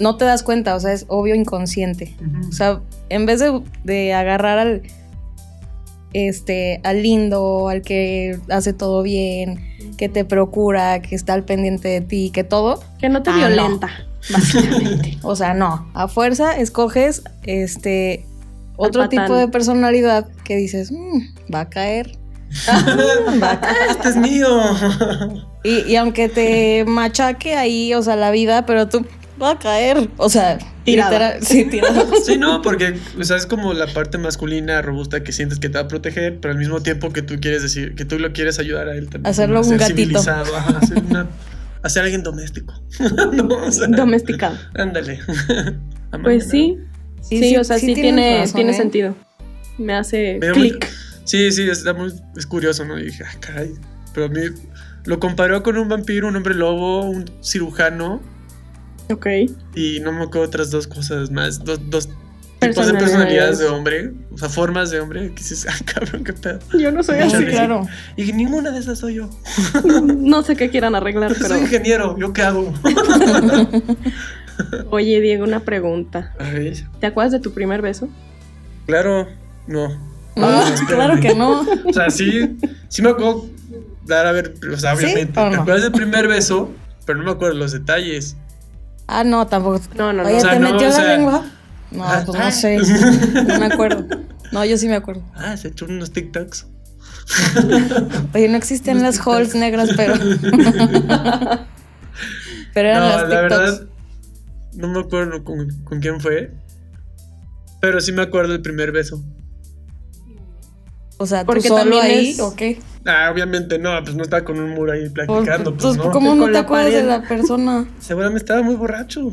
S2: no te das cuenta, o sea, es obvio inconsciente.
S4: ujú.
S2: O sea, en vez de, de agarrar al, este, al lindo, al que hace todo bien, que te procura, que está al pendiente de ti, que todo,
S3: Que no te
S2: Ah, no.
S3: violenta, básicamente.
S2: O sea, no, a fuerza escoges este
S3: Al
S2: otro
S3: patán.
S2: tipo de personalidad que dices, "Mm, va a caer. Mm, va a caer".
S4: este es mío.
S2: Y, y aunque te machaque ahí, o sea, la vida, pero tú va a caer. O sea,
S3: Tirada.
S2: literal- sí, tirada.
S4: sí, no, porque o sea, es como la parte masculina robusta que sientes que te va a proteger, pero al mismo tiempo que tú quieres decir, que tú lo quieres ayudar a él también.
S2: Hacerlo
S4: a
S2: un
S4: ser
S2: gatito.
S4: civilizado, ajá, a ser una- a ser alguien doméstico. no, o sea,
S3: Domesticado.
S4: Ándale.
S3: Pues
S4: Amañado.
S3: sí, sí, o sea, sí,
S2: tienes
S3: tiene,
S2: razón,
S3: tiene
S2: ¿eh?
S3: sentido. Me hace
S4: Me dio
S3: clic.
S4: Sí, sí, está muy, es curioso, ¿no? Y dije, ah, caray. Pero a mí lo comparó con un vampiro, un hombre lobo, un cirujano
S3: Ok.
S4: y no me acuerdo otras dos cosas más. Dos, dos tipos de
S3: Personalidades.
S4: personalidades de hombre, o sea, formas de hombre. Que dices, ah, cabrón, qué pedo.
S3: Yo no soy
S2: Ah,
S4: Muchas
S2: sí,
S3: así.
S4: gracias.
S2: claro.
S4: Y dije, ninguna de esas soy yo.
S3: No sé qué quieran arreglar,
S4: Soy
S3: pero.
S4: ingeniero, ¿yo qué hago?
S3: Oye, Diego, una pregunta.
S4: Ay,
S3: ¿Te acuerdas de tu primer beso?
S4: claro, no.
S2: Ah,
S4: espérame.
S2: claro que no.
S4: O sea, sí, sí me acuerdo dar a ver, o sea,
S2: ¿Sí
S4: obviamente.
S2: o no?
S4: Me acuerdo del primer beso, pero no me acuerdo los detalles.
S2: Ah, no, tampoco.
S3: No, no, no.
S2: Oye,
S4: O sea,
S2: ¿te
S4: no,
S2: metió
S4: o
S2: la
S4: sea-
S2: lengua? No,
S4: Ah,
S2: pues
S4: ah.
S2: no sé. No me acuerdo. No, yo sí me acuerdo.
S4: Ah, se echó unos TikToks.
S2: Oye, no existían las halls negras, pero. pero eran
S4: no,
S2: las TikToks.
S4: la verdad, no me acuerdo con, con quién fue. Pero sí me acuerdo del primer beso.
S2: O sea, ¿tú
S3: Porque
S2: solo
S3: también
S2: ahí
S3: es-
S2: o qué?
S4: Ah, obviamente no, pues no estaba con un muro ahí
S2: Por-
S4: platicando. Pues,
S2: pues,
S4: no.
S2: ¿Cómo no
S3: Con
S2: te
S3: la
S2: acuerdas de
S3: pared.
S2: la persona?
S4: Seguramente estaba muy borracho.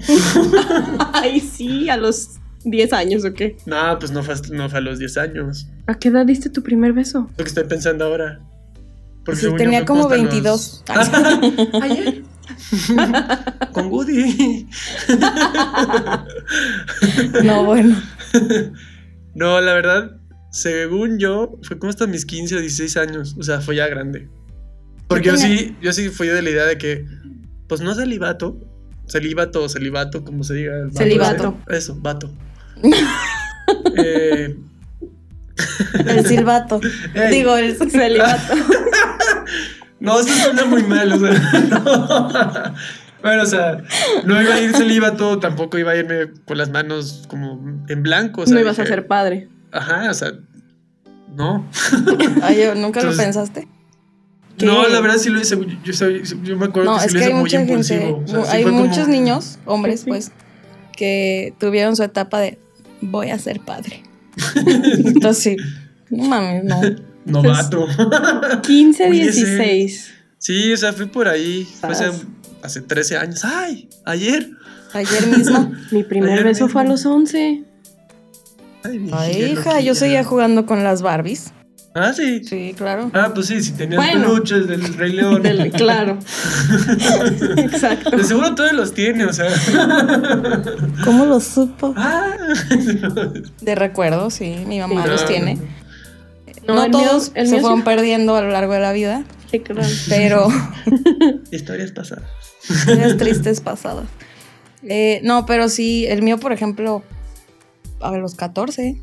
S3: Ay, sí, a los 10 años o qué.
S4: no, pues no fue, hasta- no fue a los 10 años.
S3: ¿A qué edad diste tu primer beso?
S4: Lo que estoy pensando ahora.
S2: Sí,
S4: según yo
S2: tenía
S4: fue
S2: como
S4: hasta los-
S2: 22.
S4: Ayer. con Woody.
S2: No, bueno.
S4: No, la verdad, según yo, fue como hasta mis 15 o 16 años. O sea, fue ya grande. Porque yo sí, yo sí fui de la idea de que, pues no celibato, celibato o celibato, como se diga. el vato
S3: Celibato.
S4: ese. Eso, vato. Eh,
S2: El silbato.
S4: ey,
S2: Digo, el
S4: Ah,
S3: Celibato.
S4: No, eso suena muy mal, o sea. no. Bueno, o sea, no iba a ir celibato, tampoco iba a irme con las manos como en blanco. O sea,
S3: no ibas a
S4: pues dije,
S3: ser padre.
S4: Ajá, o sea, no.
S2: Ay, yo, ¿nunca lo
S4: Entonces-
S2: pensaste?
S4: No,
S2: ¿Qué?
S4: la verdad sí lo hice. Yo, soy- yo me acuerdo
S2: No,
S4: que sí
S2: es
S4: lo
S2: que
S4: hice
S2: hay
S4: muy
S2: mucha gente.
S4: impulsivo. o sea, sí
S2: hay
S4: fue como-
S2: muchos niños, hombres,
S3: Sí, sí.
S2: pues, que tuvieron su etapa de voy a ser padre. Entonces, sí. No mames, no.
S4: Novato.
S3: 15,
S4: Cuídese.
S3: 16.
S4: sí, o sea, fui por ahí. Fue hace,
S3: Sas.
S4: hace 13 años. ¡Ay! Ayer.
S2: Ayer mismo.
S3: Mi primer
S4: Ayer
S3: beso fue a
S4: mismo.
S3: los 11.
S4: Ay, mi
S2: Ay, hija,
S4: loquilla.
S2: yo seguía jugando con las Barbies.
S4: Ah, sí.
S2: Sí, claro.
S4: Ah, pues sí, si tenías
S3: Bueno.
S4: peluches del Rey León.
S3: Del- claro. Exacto.
S4: De seguro todos los tiene, o sea.
S2: ¿Cómo lo supo?
S4: Ah.
S2: De recuerdo, sí, mi mamá
S3: Sí.
S2: los tiene. No,
S3: el mío-
S2: todos
S3: el
S2: se
S3: mío sí
S2: fueron perdiendo a lo largo de la vida,
S3: Sí, claro.
S2: pero
S4: Historias pasadas.
S2: las tristes pasadas. Eh, no, pero sí, el mío, por ejemplo, a los 14.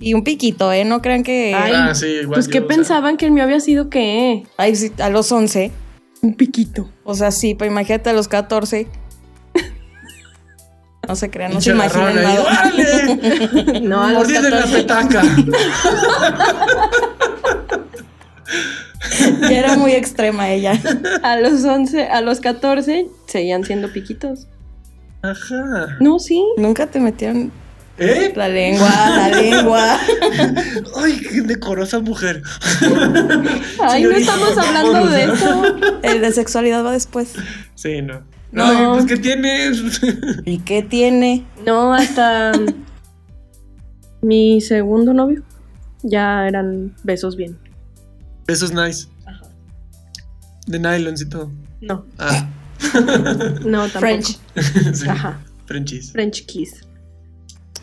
S2: Y un piquito, ¿eh? No crean que...
S3: Ay,
S2: Ay,
S4: ah, sí, igual.
S3: Pues,
S4: yo,
S3: ¿qué
S4: o sea,
S3: pensaban que el mío había sido qué?
S2: sí, a los 11.
S3: Un piquito.
S2: O sea, sí, pues imagínate a los 14. No se crean, no se
S4: Pinche
S2: imaginan
S4: garrón ahí,
S2: nada.
S4: ¡Órale!
S3: No, a los
S4: Mordiendo en la
S3: 14.
S4: petaca.
S2: Ya era muy extrema ella.
S3: A los 11, a los 14 seguían siendo piquitos.
S4: Ajá.
S3: No, sí.
S2: Nunca te metieron
S4: ¿Eh?
S2: la lengua, la lengua.
S4: Ay, qué decorosa mujer.
S3: Ay, no
S4: Señorita,
S3: estamos
S4: por favor,
S3: hablando de
S4: ¿no?
S3: eso.
S2: El de sexualidad va después.
S4: Sí, no.
S3: No.
S4: No, pues ¿qué tienes?
S2: ¿Y qué tiene?
S3: No, hasta mi segundo novio ya eran besos bien.
S4: Eso es nice. De nylons y todo.
S3: No,
S4: Ah,
S3: no tampoco.
S2: French.
S4: sí.
S3: Ajá,
S4: Frenchies.
S3: French kiss.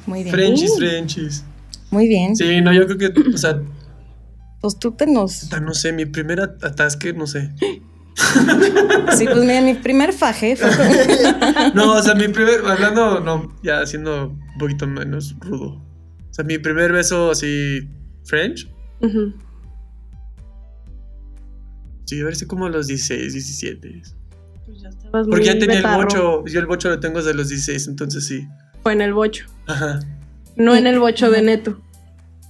S2: Muy bien.
S3: Uh.
S4: Frenchies, Frenchies.
S2: Muy bien.
S4: Sí, no, yo creo que, o sea,
S2: Pues tú tenos.
S4: puta, no sé, mi primer at- atasque, no sé.
S2: Sí, pues mira, mi primer faje fue con-
S4: No, o sea, mi primer, hablando, no, ya siendo un poquito menos rudo. O sea, mi primer beso así, French,
S3: Ujú.
S4: sí, a ver si como a los 16, 17.
S3: Estabas
S4: Porque ya
S3: Pues muy
S4: tenía
S3: betarro.
S4: el bocho, yo el bocho lo tengo desde los 16, entonces sí.
S3: Fue en el bocho.
S4: Ajá.
S3: No en el bocho de Neto.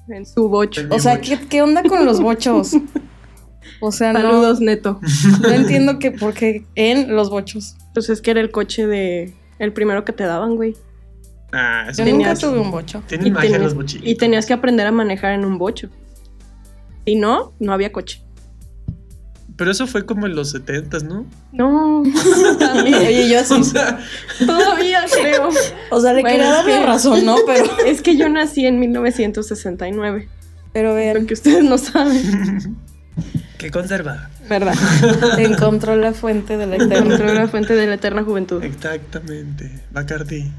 S3: En su bocho.
S4: Bien
S2: O sea,
S4: bocho.
S2: ¿qué, qué onda con los bochos? O sea, no,
S3: Saludos, Neto.
S2: no entiendo que por qué en los bochos.
S3: Pues es que era el coche de. El primero que te daban, güey.
S4: Ah, eso
S2: Yo
S4: tenía-
S2: nunca tuve un bocho.
S4: Tienen magia
S3: tenías-
S4: los bochitos.
S3: y tenías que aprender a manejar en un bocho. Si no, no había coche.
S4: Pero eso fue como en los 70s, ¿no?
S3: No, también.
S2: Oye, yo sí.
S4: O sea,
S3: Todavía creo.
S2: O sea, le
S3: Bueno,
S2: quería
S3: es
S2: dar la
S3: que-
S2: razón, ¿no? Pero,
S3: Es que yo nací en 1969.
S2: pero
S3: Lo
S2: vean,
S3: que ustedes no saben.
S4: ¿Qué conserva?
S3: ¿Verdad?
S2: encontró la fuente de la eterna.
S3: Encontré la fuente de la eterna juventud.
S4: Exactamente. Bacardi.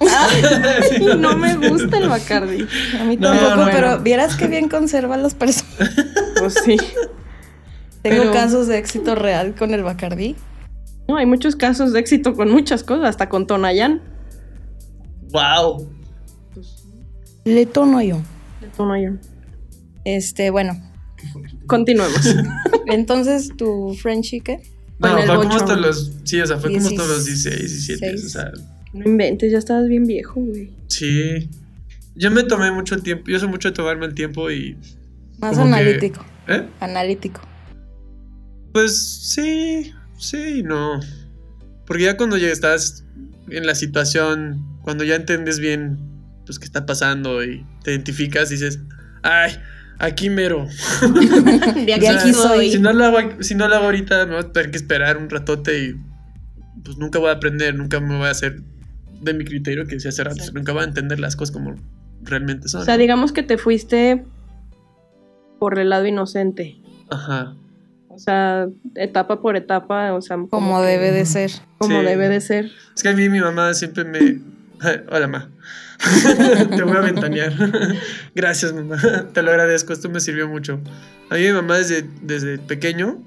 S3: Y no me gusta el Bacardi.
S2: A mí
S4: No,
S2: tampoco,
S4: bueno.
S2: pero vieras que bien conserva a las personas.
S3: Pues sí.
S2: Tengo
S3: Pero-
S2: casos de éxito real con el Bacardí.
S3: No, hay muchos casos de éxito con muchas cosas, hasta con Tonayán.
S4: ¡Wow!
S2: Le tono yo.
S3: De Tonayán.
S2: Este, bueno,
S3: Continuemos.
S2: entonces tu Frenchie, ¿qué?
S4: No,
S3: Con el
S4: fue como
S3: bocho.
S4: hasta los. Sí, o sea, fue como hasta los
S2: 16,
S4: 16, 17. O sea,
S3: No inventes, ya estabas bien viejo, güey.
S4: sí. Yo me tomé mucho el tiempo. Yo soy mucho de tomarme el tiempo y.
S2: Más
S4: Como que-
S2: analítico.
S4: ¿Eh?
S2: Analítico.
S4: Pues sí. Sí, y no. Porque ya cuando ya estás en la situación, cuando ya entiendes bien pues qué está pasando y te identificas, dices, ay, aquí mero.
S3: De
S2: aquí
S4: aquí
S2: soy.
S4: Si no lo hago, ac- si no lo hago ahorita, me voy a tener que esperar un ratote y pues nunca voy a aprender, nunca me voy a hacer de mi criterio que decía hace rato,
S3: Exacto.
S4: nunca voy a entender las cosas como realmente son.
S3: O sea, digamos que te fuiste por el lado inocente.
S4: Ajá.
S3: O sea, etapa por etapa, o sea, como,
S2: Como
S3: que-
S2: debe de ser.
S3: como
S4: Sí.
S3: debe de ser.
S4: Es que a mí mi mamá siempre me... Hola, ma. Te voy a ventanear. Gracias, mamá. Te lo agradezco, esto me sirvió mucho. A mí mi mamá desde, desde pequeño,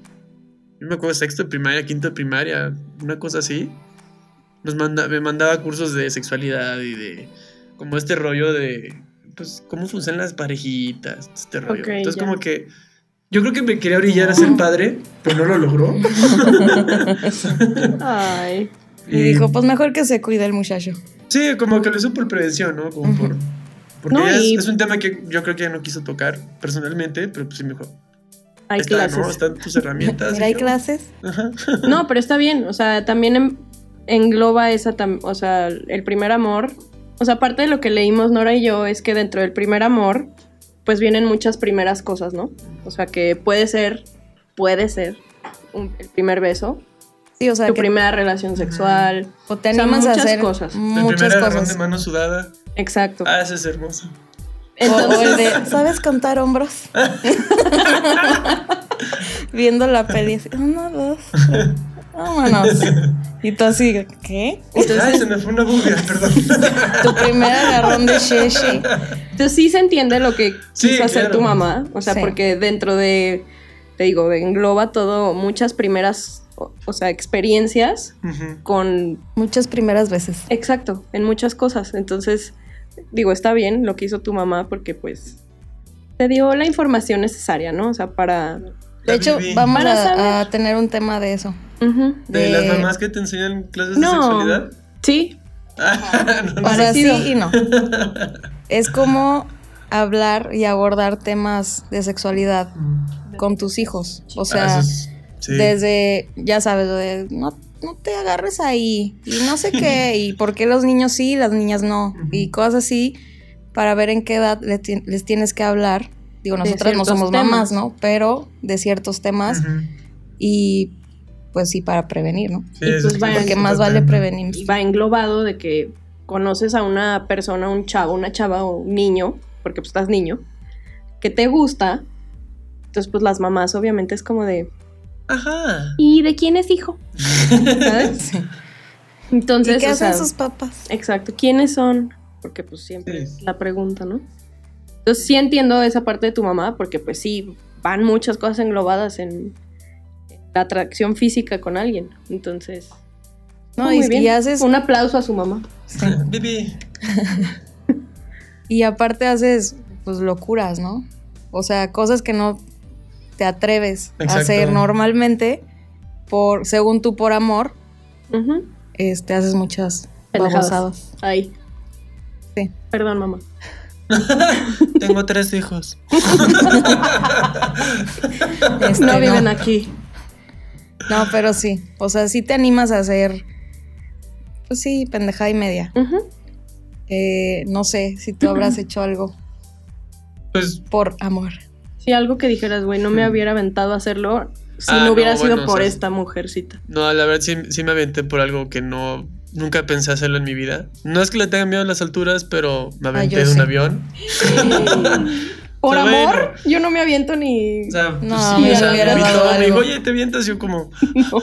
S4: yo me acuerdo sexto de primaria, quinto de primaria, una cosa así, nos manda, me mandaba cursos de sexualidad y de como este rollo de, pues, cómo funcionan las parejitas, este rollo.
S3: Ok,
S4: Entonces
S3: ya.
S4: como que yo creo que me quería orillar a ser padre, pero no lo logró.
S3: Ay,
S2: Y
S4: Mm.
S2: dijo, pues mejor que se cuide el muchacho.
S4: Sí, como que lo hizo por prevención, ¿no? Como por. Porque
S3: No,
S4: es,
S3: y-
S4: es un tema que yo creo que ella no quiso tocar personalmente, pero pues sí me dijo.
S3: hay
S4: "Ahí está, ¿no?
S3: clases.
S4: Están tus herramientas.
S2: Mira,
S4: Y
S2: hay
S4: yo,
S2: clases.
S4: Ajá.
S3: No, pero está bien. O sea, también en- engloba esa, tam- o sea, el primer amor. O sea, aparte de lo que leímos Nora y yo, es que dentro del primer amor, pues vienen muchas primeras cosas, ¿no? O sea, que puede ser, puede ser un- el primer beso,
S2: Sí, o sea,
S3: tu
S2: que
S3: primera relación sexual.
S2: o te
S3: o sea,
S2: animas a
S3: muchas
S2: hacer
S3: cosas. El
S4: El primer
S2: muchas
S4: agarrón de
S2: cosas.
S4: mano sudada.
S3: Exacto.
S4: Ah, ese es hermoso.
S2: O, o
S3: Entonces,
S2: el de, ¿sabes contar hombros? Viendo la peli, así, uno, dos, tres, vámonos. Y tú así, ¿qué?
S4: Ay, se me fue una bugia, perdón.
S2: Tu primer agarrón de Sheshi.
S3: entonces sí se entiende lo que
S4: Sí,
S3: quiso hacer
S4: claro.
S3: tu mamá. O sea,
S2: Sí.
S3: porque dentro de, te digo, engloba todo, muchas primeras, o- o sea, experiencias
S4: Ujú.
S3: con
S2: Muchas primeras veces.
S3: Exacto, en muchas cosas. Entonces, digo, está bien lo que hizo tu mamá porque pues te dio la información necesaria, ¿no? O sea, para...
S4: La
S2: De hecho,
S4: viví.
S2: vamos
S3: Para
S2: a,
S3: saber.
S2: a tener un tema de eso.
S3: Ujú.
S4: De,
S2: de-
S4: las mamás que te enseñan clases de
S3: No.
S4: sexualidad. Ah,
S3: Sí,
S4: No, no
S2: O sea,
S4: sé.
S2: sí y no. Es como hablar y abordar temas de sexualidad
S4: Mm.
S2: con tus hijos. O
S4: Ah,
S2: sea,
S4: eso es- sí.
S2: desde, ya sabes, lo de no, no te agarres ahí y no sé qué, y por qué los niños sí y las niñas no, y cosas así, para ver en qué edad le ti- les, tienes que hablar. Digo,
S3: De
S2: nosotras no
S3: ciertos
S2: somos
S3: temas.
S2: mamás, ¿no? Pero de ciertos temas
S4: Ujú.
S2: y pues sí para prevenir, ¿no?
S4: Sí,
S3: Y
S4: eso
S3: pues
S4: es-
S3: vayan-
S2: Porque más vale prevenir.
S3: va englobado de que conoces a una persona, un chavo, una chava o un niño, porque pues estás niño, que te gusta. Entonces, pues las mamás obviamente es como de,
S4: Ajá.
S3: ¿y de quién es hijo? ¿Sabes?
S2: Sí.
S3: Entonces,
S2: ¿Y qué
S3: o
S2: hacen
S3: sea,
S2: sus papás?
S3: exacto, ¿quiénes son? Porque pues siempre
S4: Sí.
S3: es la pregunta, ¿no? Entonces, sí entiendo esa parte de tu mamá, porque pues sí, van muchas cosas englobadas en la atracción física con alguien. Entonces, pues,
S2: No,
S3: muy
S2: y,
S3: bien.
S2: y haces
S3: un aplauso a su mamá.
S4: Bibi.
S2: Y aparte haces pues locuras, ¿no? O sea, cosas que no te atreves a
S4: Exacto.
S2: hacer normalmente por según tú por amor,
S3: Ujú.
S2: este haces muchas
S3: Pendejadas.
S2: babosadas.
S3: Ahí.
S2: Sí.
S3: Perdón, mamá.
S4: Tengo tres hijos.
S2: Este,
S3: no viven aquí.
S2: No, pero sí, o sea, sí te animas a hacer pues sí, pendejada y media.
S3: Ujú.
S2: Eh, no sé si tú habrás hecho algo
S4: Pues.
S2: por amor.
S3: Sí, algo que dijeras, güey, no me hubiera aventado a hacerlo si
S4: Ah,
S3: no hubiera
S4: no,
S3: sido
S4: bueno,
S3: por
S4: o sea-
S3: esta mujercita.
S4: No, la verdad sí, sí me aventé por algo que no. Nunca pensé hacerlo en mi vida. No es que le tenga miedo a las alturas, pero me aventé
S2: Ah, yo
S4: de un
S2: sí.
S4: avión.
S3: por
S4: Está bueno.
S3: amor, yo no me aviento ni.
S4: O sea, pues
S2: No,
S4: sí,
S3: me
S4: o sea, me
S3: hubieras
S4: invitó,
S2: dado
S4: me dijo,
S2: algo.
S4: oye, te avientas. Yo, como.
S3: no.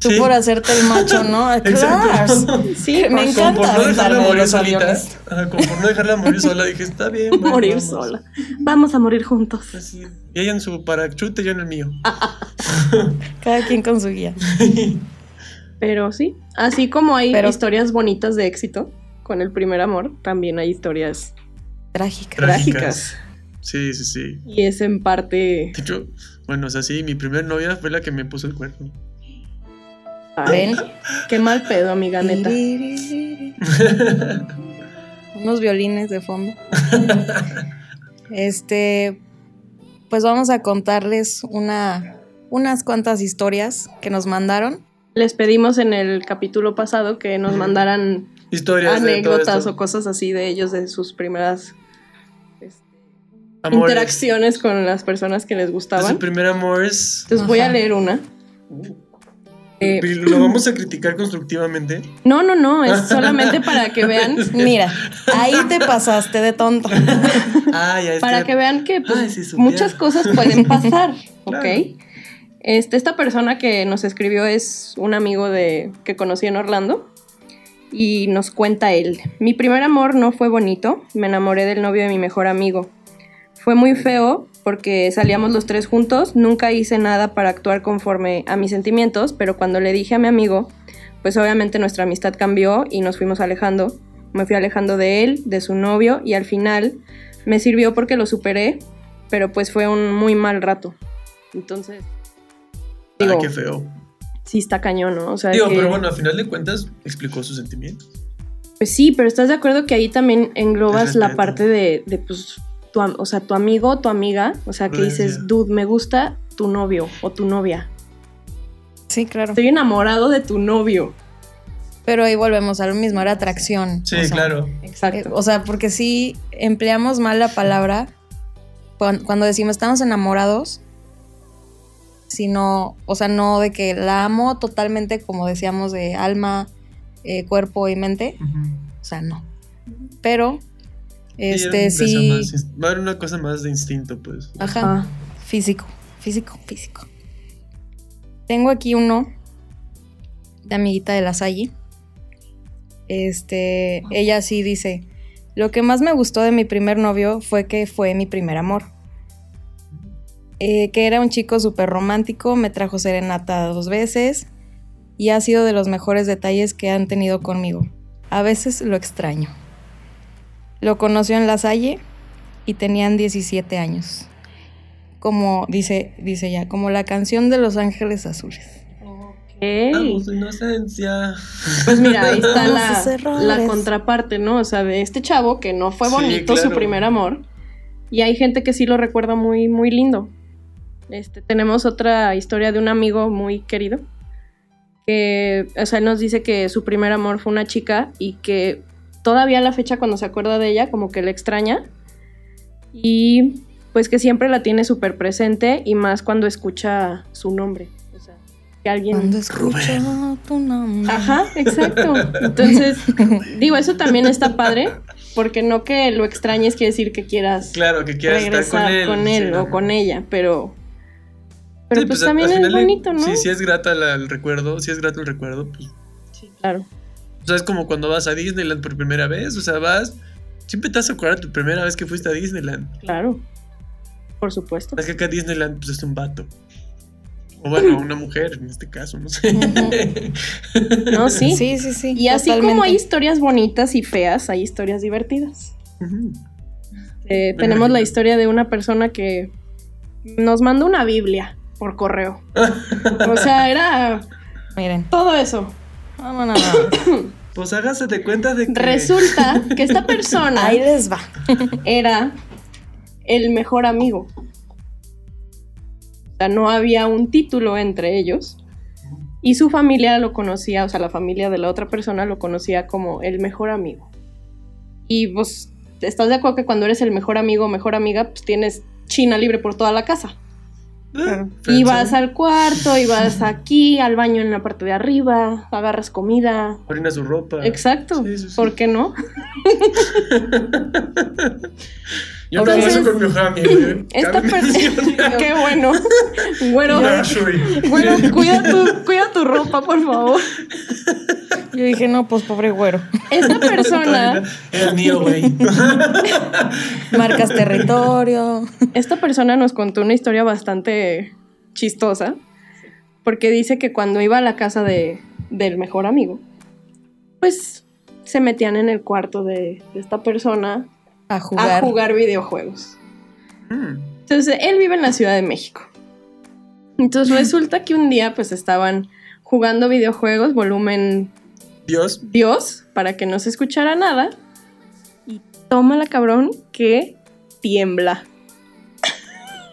S2: Tú
S4: sí.
S2: por hacerte el macho, ¿no? Claro.
S3: Sí,
S2: Me
S3: por-
S2: encanta
S4: Como por no dejarla
S2: aventarme de
S4: morir
S2: los
S4: solita.
S2: aviones.
S4: Ajá, como por no dejarla morir sola. Dije, está bien. bueno,
S3: morir
S4: vamos".
S3: sola. Vamos a morir juntos.
S4: Así, Y ella en su parachute, yo en el mío.
S2: Ah. Cada quien con su guía.
S3: Pero sí, así como hay
S2: Pero-
S3: historias bonitas de éxito con el primer amor, también hay historias
S2: Trágica.
S3: trágicas.
S4: Sí, sí, sí.
S3: Y es en parte.
S4: De hecho, bueno, o sea, sí, mi primer novia fue la que me puso el cuerno.
S3: Ay,
S2: Ven.
S3: qué mal pedo, amiga neta.
S2: Unos violines de fondo. Este, pues vamos a contarles una, unas cuantas historias que nos mandaron.
S3: Les pedimos en el capítulo pasado que nos
S4: Ujú.
S3: mandaran
S4: Historias de todo
S3: anécdotas
S4: esto.
S3: o cosas así de ellos, de sus primeras este,
S4: Amores.
S3: interacciones con las personas que les
S4: De
S3: gustaban.
S4: su
S3: Entonces
S4: primer amor es...
S3: voy a
S2: Ajá.
S3: leer una. Eh,
S4: uh, Lo vamos a criticar constructivamente.
S3: no, no, no, es solamente para que vean,
S2: Mira, ahí te pasaste de tonto.
S4: Ah, ya
S3: para que vean que pues,
S4: Ay, si supiera.
S3: muchas cosas pueden pasar, ¿ok?
S4: Claro.
S3: Este, esta persona que nos escribió es un amigo de, que conocí en Orlando y nos cuenta él. Mi primer amor no fue bonito, me enamoré del novio de mi mejor amigo. Fue muy feo porque salíamos los tres juntos, nunca hice nada para actuar conforme a mis sentimientos, pero cuando le dije a mi amigo, pues obviamente nuestra amistad cambió y nos fuimos alejando. Me fui alejando de él, de su novio y al final me sirvió porque lo superé, pero pues fue un muy mal rato. Entonces,
S4: Ah,
S3: digo,
S4: qué feo.
S3: sí está cañón, ¿no? O sea,
S4: Digo,
S3: que-
S4: pero bueno, al final de cuentas explicó sus sentimientos.
S3: Pues sí, pero estás de acuerdo que ahí también englobas
S4: Te
S3: la
S4: respeto.
S3: parte de, de, pues, tu, am- o sea, tu amigo, o tu amiga, o sea, que
S4: Prudencia.
S3: dices, dude, me gusta tu novio o tu novia.
S2: Sí, claro.
S3: Estoy enamorado de tu novio.
S2: Pero ahí volvemos a lo mismo, era atracción.
S4: Sí,
S2: o sea,
S4: claro.
S2: Eh,
S3: Exacto.
S2: O sea, porque si empleamos mal la palabra cuan- cuando decimos estamos enamorados, sino, o sea, no de que la amo totalmente como decíamos de alma, eh, cuerpo y mente, o sea, no. Pero, este,
S4: Sí, era
S2: sí,
S4: un beso más- Va a haber una cosa más de instinto, pues.
S2: ajá,
S3: Ah,
S2: físico, físico, físico. Tengo aquí uno de amiguita de la Salle. Este, ella sí dice, lo que más me gustó de mi primer novio fue que fue mi primer amor. Eh, que era un chico súper romántico, me trajo serenata dos veces y ha sido de los mejores detalles que han tenido conmigo. A veces lo extraño. Lo conoció en la Salle y tenían 17 años. Como dice, dice ya, como la canción de Los Ángeles Azules.
S3: ok.
S4: Vamos, tu inocencia.
S3: Pues mira, ahí está
S2: Todos
S3: la-
S2: sus errores.
S3: la, contraparte, ¿no? O sea, de este chavo que no fue
S4: Sí,
S3: bonito su
S4: claro.
S3: primer amor. Y hay gente que sí lo recuerda muy, muy lindo. Este, tenemos otra historia de un amigo muy querido. Que, o sea, él nos dice que su primer amor fue una chica y que todavía a la fecha cuando se acuerda de ella, como que la extraña. Y pues que siempre la tiene súper presente y más cuando escucha su nombre. O sea, que alguien...
S2: Cuando escucho
S4: Rubén.
S2: tu nombre.
S3: Ajá, exacto. Entonces, digo, eso también está padre, porque no que lo extrañes quiere decir que quieras
S4: Claro, que quieras estar con
S3: regresar
S4: él.
S3: con él,
S4: sí.
S3: o con ella, pero, pero
S4: Sí,
S3: pues,
S4: a-
S3: también
S4: al
S3: es
S4: final,
S3: bonito, ¿no?
S4: Sí, sí es grata la- el recuerdo, sí es grato el recuerdo, pues
S3: Sí, claro.
S4: O sea, es como cuando vas a Disneyland por primera vez. O sea, vas. Siempre te vas a acordar de tu primera vez que fuiste a Disneyland.
S3: Claro. Por supuesto.
S4: Es que acá Disneyland pues, es un vato. O bueno, una mujer en este caso, no sé.
S3: No, sí.
S2: Sí, sí, sí.
S3: Y así como
S2: totalmente.
S3: hay historias bonitas y feas, hay historias divertidas.
S4: Ujú.
S3: Eh,
S4: Me
S3: tenemos la
S4: imagino.
S3: historia de una persona que nos mandó una Biblia por correo. O sea, era
S2: Miren.
S3: todo eso.
S2: Vámonos.
S4: Pues hágase de cuenta de que.
S3: Resulta que esta persona
S2: Ahí les va.
S3: era el mejor amigo. O sea, no había un título entre ellos. Y su familia lo conocía, o sea, la familia de la otra persona lo conocía como el mejor amigo. Y pues, ¿estás de acuerdo que cuando eres el mejor amigo o mejor amiga, pues tienes China libre por toda la casa? Y
S4: Ah, friendzone.
S3: vas al cuarto, y vas aquí, al baño en la parte de arriba, agarras comida,
S4: Orina su ropa.
S3: Exacto.
S4: Sí, sí, sí.
S3: ¿Por qué no?
S4: Yo tengo
S3: Entonces,
S4: eso con mi mejor amigo. ¿eh?
S3: Esta
S4: Cabe
S3: persona.
S4: mencionar.
S3: qué bueno. Bueno,
S4: Ya, Shui.
S3: bueno cuida, tu, cuida tu ropa, por favor.
S2: Yo dije, no, pues pobre güero.
S3: Esta persona,
S4: Era mío, güey.
S2: Marcas territorio.
S3: esta persona nos contó una historia bastante chistosa. Porque dice que cuando iba a la casa de, del mejor amigo, pues se metían en el cuarto de, de esta persona
S2: A jugar.
S3: a jugar videojuegos.
S4: Mm.
S3: Entonces, él vive en la Ciudad de México. Entonces, resulta que un día, pues, estaban jugando videojuegos, volumen
S4: Dios.
S3: Dios, para que no se escuchara nada. Y toma la cabrón que tiembla